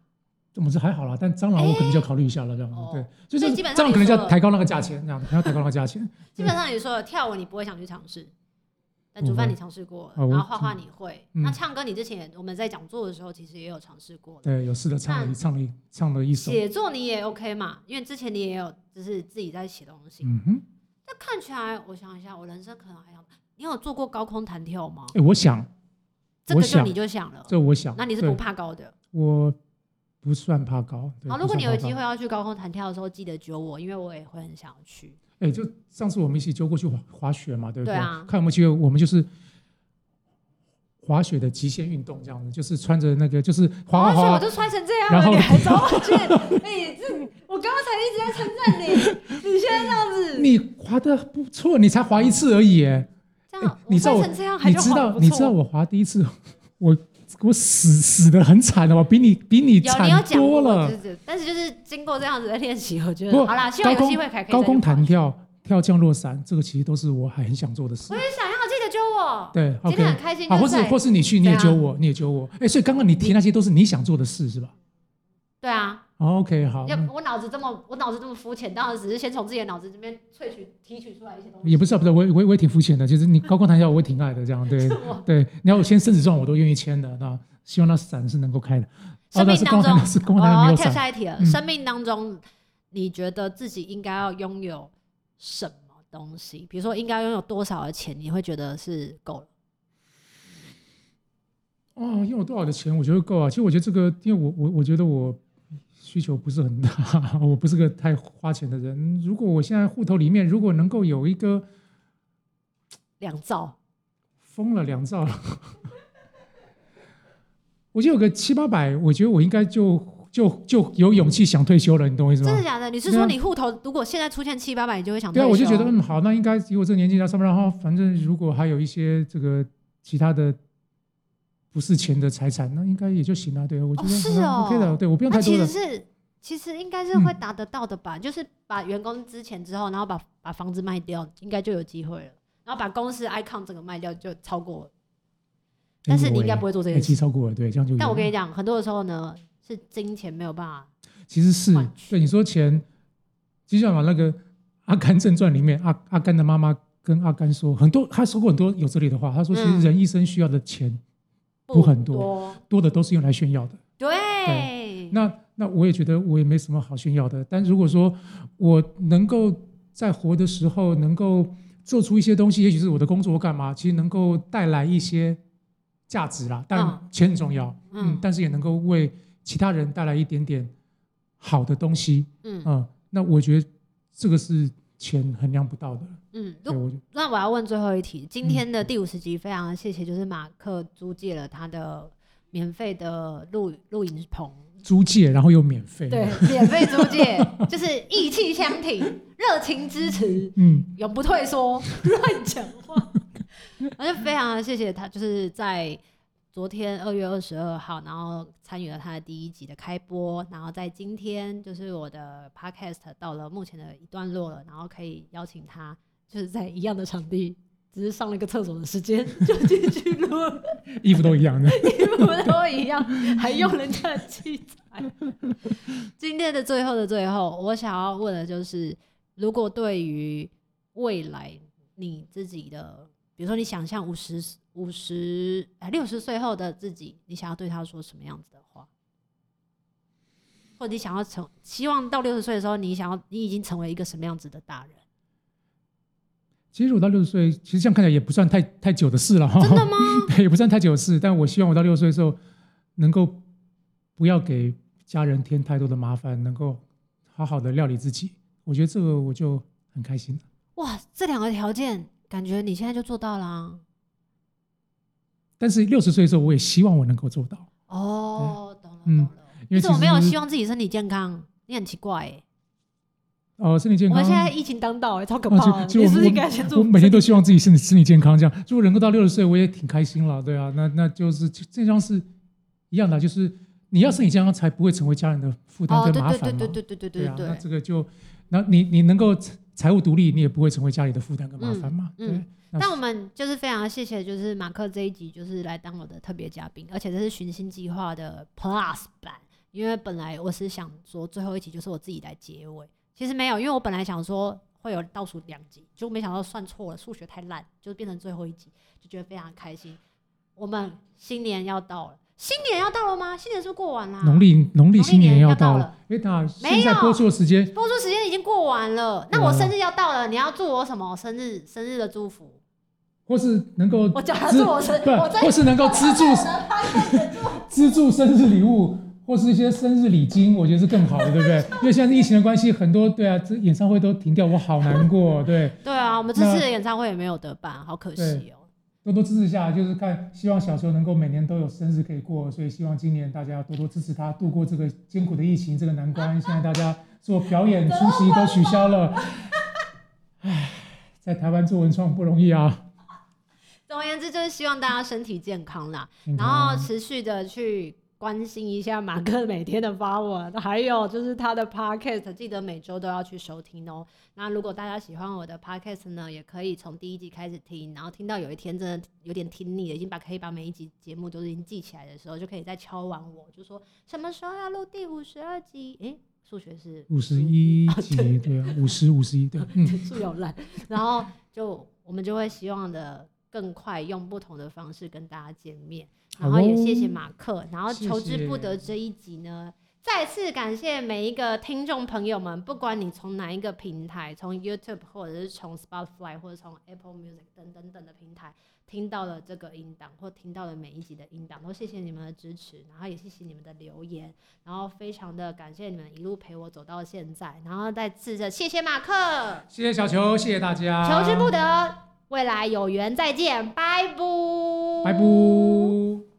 S2: 这么是还好啦，但蟑螂我可能就要考虑一下了，这样子
S1: 哦
S2: 对，
S1: 所
S2: 就
S1: 以
S2: 是
S1: 基本上
S2: 蟑螂
S1: 你
S2: 可能就
S1: 说
S2: 要抬高那个价钱，这样可能要抬高那个价钱。 *laughs*
S1: 基本上你说的跳舞你不会想去尝试，但
S2: 嗯不
S1: 煮饭
S2: 会
S1: 你尝试过了，
S2: 啊我
S1: 然后画画你会，
S2: 嗯
S1: 那唱歌你之前我们在讲座的时候其实也有尝试过了，
S2: 对，有试着唱了一唱了一唱了一首，
S1: 写作你也 OK 嘛？因为之前你也有就是自己在写东西。
S2: 嗯哼，
S1: 那看起来我想一下，我人生可能还想，你有做过高空弹跳吗？
S2: 哎，我想，
S1: 这个就
S2: 想
S1: 你就想了，
S2: 这我想，
S1: 那你是
S2: 对
S1: 不怕高的。
S2: 我不算怕高。对
S1: 哦好，如果你有机，
S2: 不算
S1: 会要去高空弹跳的时候，记得揪我，因为我也会很想要去。
S2: 怕高哎，就上次我们一起揪过去滑滑雪嘛，对不
S1: 对啊
S2: 看有没有机会，我们就是。滑雪的极限运动这样子，就是穿着那个，就是滑滑
S1: 而且我
S2: 滑，
S1: 就穿成这样
S2: 然
S1: 了，
S2: 后
S1: 你还找我去？ *laughs* 哎，这我刚刚才一直在称赞你，你现在这样子，
S2: 你滑的不错，你才滑一次而已，哎，
S1: 这样
S2: 你知道
S1: 我
S2: 我
S1: 穿成这样嗯还
S2: 你
S1: 就
S2: 知
S1: 好
S2: 道
S1: 不
S2: 你知
S1: 错
S2: 道我滑第一次，我我死死的很惨的，我比你比你
S1: 有你要
S2: 惨
S1: 讲过
S2: 多了
S1: 对。对对但是就是经过这样子的练习，我觉
S2: 不
S1: 得
S2: 过
S1: 好啦，希望
S2: 高
S1: 有机
S2: 空
S1: 会还可以
S2: 高
S1: 再去
S2: 空
S1: 滑雪。
S2: 弹跳、跳降落伞，这个其实都是我还很想做的事
S1: 我。也想要，记得揪我。
S2: 对
S1: 今天
S2: ，OK，
S1: 很开心，
S2: 好，
S1: 就
S2: 或
S1: 是
S2: 是
S1: 在
S2: 或是你去你
S1: 对
S2: 也
S1: 啊
S2: 揪我，你也揪我。哎，所以刚刚你提那些都是你想做的事是吧
S1: 对啊，
S2: 哦？OK，好，
S1: 要
S2: 嗯
S1: 我脑子这么我脑子这么肤浅，当然只是先从自己的脑子这边萃取提取出来一些东西。
S2: 也不是啊不是，我也我也我也挺肤浅的，就是你高空弹跳我也挺爱的，
S1: *laughs*
S2: 这样对
S1: 我
S2: 对。你要我签生死状我都愿意签的，那希望那伞是能够开的。哦，
S1: 生
S2: 那
S1: 命
S2: 是
S1: 当
S2: 高空
S1: 中
S2: 弹跳， *laughs* 是高空
S1: 我
S2: 弹跳没
S1: 要
S2: 有
S1: 哦跳
S2: 伞。
S1: 下一题了。
S2: 嗯
S1: 生命当中，你觉得自己应该要拥有什么东西？比如说，应该拥有多少的钱，你会觉得是够了？
S2: 哦，用了多少的钱，我觉得够啊。其实我觉得这个，因为我我我觉得我需求不是很大，我不是个太花钱的人。如果我现在户头里面如果能够有一个
S1: 两兆？
S2: 疯了两兆了， *laughs* 我就有个七八百，我觉得我应该就就就有勇气想退休了，你懂我意思
S1: 真
S2: 吗
S1: 的？假的？你是
S2: 对啊
S1: 说你户头如果现在出现七八百，你就会想退
S2: 对
S1: 休？
S2: 啊，我就觉得嗯好，那应该以我这个年纪来上班，然后反正如果还有一些这个其他的不是钱的财产，那应该也就行了。对，啊我觉得、
S1: 哦是哦
S2: OK 的，对我不用
S1: 那
S2: 太
S1: 其
S2: 多
S1: 实
S2: 了。嗯
S1: 是其实应该是会达得到的吧？就是把员工之前之后，然后把把房子卖掉，应该就有机会了。然后把公司 icon 整个卖掉，就超过了。但是你应该不会做这
S2: 哎
S1: 件事
S2: 其实。嗯超过了，对，这样就有了。
S1: 但我跟你讲，很多的时候呢，是金钱没有办法
S2: 其实是
S1: 换取
S2: 对你说钱，就像嘛那个《阿甘正传》里面，阿阿甘的妈妈跟阿甘说，很多他说过很多有哲理的话。他说，其
S1: 嗯
S2: 实人一生需要的钱、不很多
S1: 多
S2: 多的都是用来炫耀的。
S1: 对，
S2: 那那我也觉得我也没什么好炫耀的。但如果说我能够在活的时候能够做出一些东西，也许是我的工作或干嘛，其实能够带来一些价值啦。当然
S1: 嗯
S2: 钱很重要，嗯
S1: 嗯，
S2: 但是也能够为其他人带来一点点好的东西。
S1: 嗯
S2: 嗯，那我觉得这个是钱衡量不到的。
S1: 嗯。
S2: 对，
S1: 如
S2: 我就
S1: 那我要问最后一题，今天的第五十集非常谢谢，就是马克租借了他的免费的录录影棚，
S2: 租借，然后又免费。
S1: 对，，免费租借， *laughs* 就是意气相挺，热情支持，
S2: 嗯，
S1: 永不退缩，乱讲话。而且非常谢谢他，就是在昨天二月二十二号，然后参与了他的第一集的开播，然后在今天就是我的 podcast 到了目前的一段落了，然后可以邀请他，就是在一样的场地，只是上了个厕所的时间就进去录，
S2: 衣服都一样的。 *laughs*
S1: 衣服都一样， *laughs* 还用人家的器材。今天的最后的最后，我想要问的就是，如果对于未来你自己的，比如说你想象五十、五十啊六十岁后的自己，你想要对他说什么样子的话？或者你想要成，希望到六十岁的时候，你想要你已经成为一个什么样子的大人？
S2: 其实我到六十岁，其实这样看起来也不算太太久的事了哈。 *laughs*
S1: 真的吗？
S2: 对，也不算太久的事。但我希望我到六十岁的时候，能够不要给家人添太多的麻烦，能够好好的料理自己。我觉得这个我就很开心了。
S1: 哇，这两个条件，感觉你现在就做到了啊、
S2: 但是六十岁的时候，我也希望我能够做到，
S1: 哦，懂了，懂
S2: 嗯
S1: 了。
S2: 因为
S1: 你
S2: 其
S1: 怎么
S2: 实
S1: 没有希望自己身体健康？你很奇怪哎、
S2: 哦，身体健
S1: 我
S2: 康。
S1: 们现在疫情当道哎、超可
S2: 哦
S1: 怕、啊！
S2: 就
S1: 你
S2: 就是
S1: 不是
S2: 我
S1: 应该先做？
S2: 我每天都希望自己身体身体健康，这样如果能够到六十岁，我也挺开心了，对啊，那那就是这这张是一样的，啊就是你要身体健康才不会成为家人的负担
S1: 哦，
S2: 跟
S1: 对
S2: 麻烦嘛，
S1: 对对对对对对
S2: 对啊，那
S1: 对
S2: 这个就，那你你能够财财务独立，你也不会成为家里的负担跟麻烦嘛，
S1: 嗯
S2: 对
S1: 嗯，
S2: 那
S1: 但我们就是非常谢谢，就是马克这一集就是来当我的特别嘉宾，而且这是寻星计划的 Plus 版，因为本来我是想说最后一集就是我自己来结尾，其实没有，因为我本来想说会有倒数两集，就没想到算错了，数学太烂，就变成最后一集，就觉得非常开心。我们新年要到了，新年要到了吗？新年是不是过完啦、
S2: 农历农历
S1: 嗯啊历
S2: 新年
S1: 年
S2: 要
S1: 要到
S2: 到
S1: 了，
S2: 哎，那现
S1: 没
S2: 在
S1: 有
S2: 播出的时间，
S1: 播出时间已经过完了，那我
S2: 啊
S1: 生日要到了，你要祝我什么生日生日的祝
S2: *laughs*
S1: 福？
S2: 或是能够
S1: 我叫他
S2: 资
S1: 祝我生，我
S2: 不，
S1: 在
S2: 或是能够资助 *laughs* 资助生日礼物，或是一些生日礼金，我觉得是更好的，对不对？因为现在是疫情的关系，很多对啊，这演唱会都停掉，我好难过。对，
S1: 对啊，我们这次的演唱会也没有得办，好可惜哦、
S2: 多多支持一下，就是看希望小球能够每年都有生日可以过，所以希望今年大家多多支持他度过这个艰苦的疫情这个难关。现在大家做表演出席都取消了，唉，在台湾做文创不容易 *laughs* 啊。
S1: 总而言之，就是希望大家身体健康啦，
S2: 健
S1: 然
S2: 康
S1: 后持续的去关心一下马克每天的发文，还有就是他的 podcast，记得每周都要去收听哦、那如果大家喜欢我的 podcast 呢，也可以从第一集开始听，然后听到有一天真的有点听腻了，已经把可以把每一集节目都已经记起来的时候，就可以再敲完我，就说什么时候要录第五十二集？诶、数学是
S2: 五十一集，对啊，五十五十一，对，嗯，
S1: 素有烂，然后就我们就会希望的更快，用不同的方式跟大家见面。然后也谢谢马克，然后
S2: 谢谢
S1: 求之不得这一集呢，再次感谢每一个听众朋友们，不管你从哪一个平台，从 YouTube 或者是从 Spotify 或者从 Apple Music 等等等的平台听到了这个音档或听到了每一集的音档，都谢谢你们的支持，然后也谢谢你们的留言，然后非常的感谢你们一路陪我走到现在，然后再次的谢谢马克。
S2: 谢谢小球，谢谢大家，
S1: 啊求之不得，未来有缘再见，拜拜，
S2: 拜拜。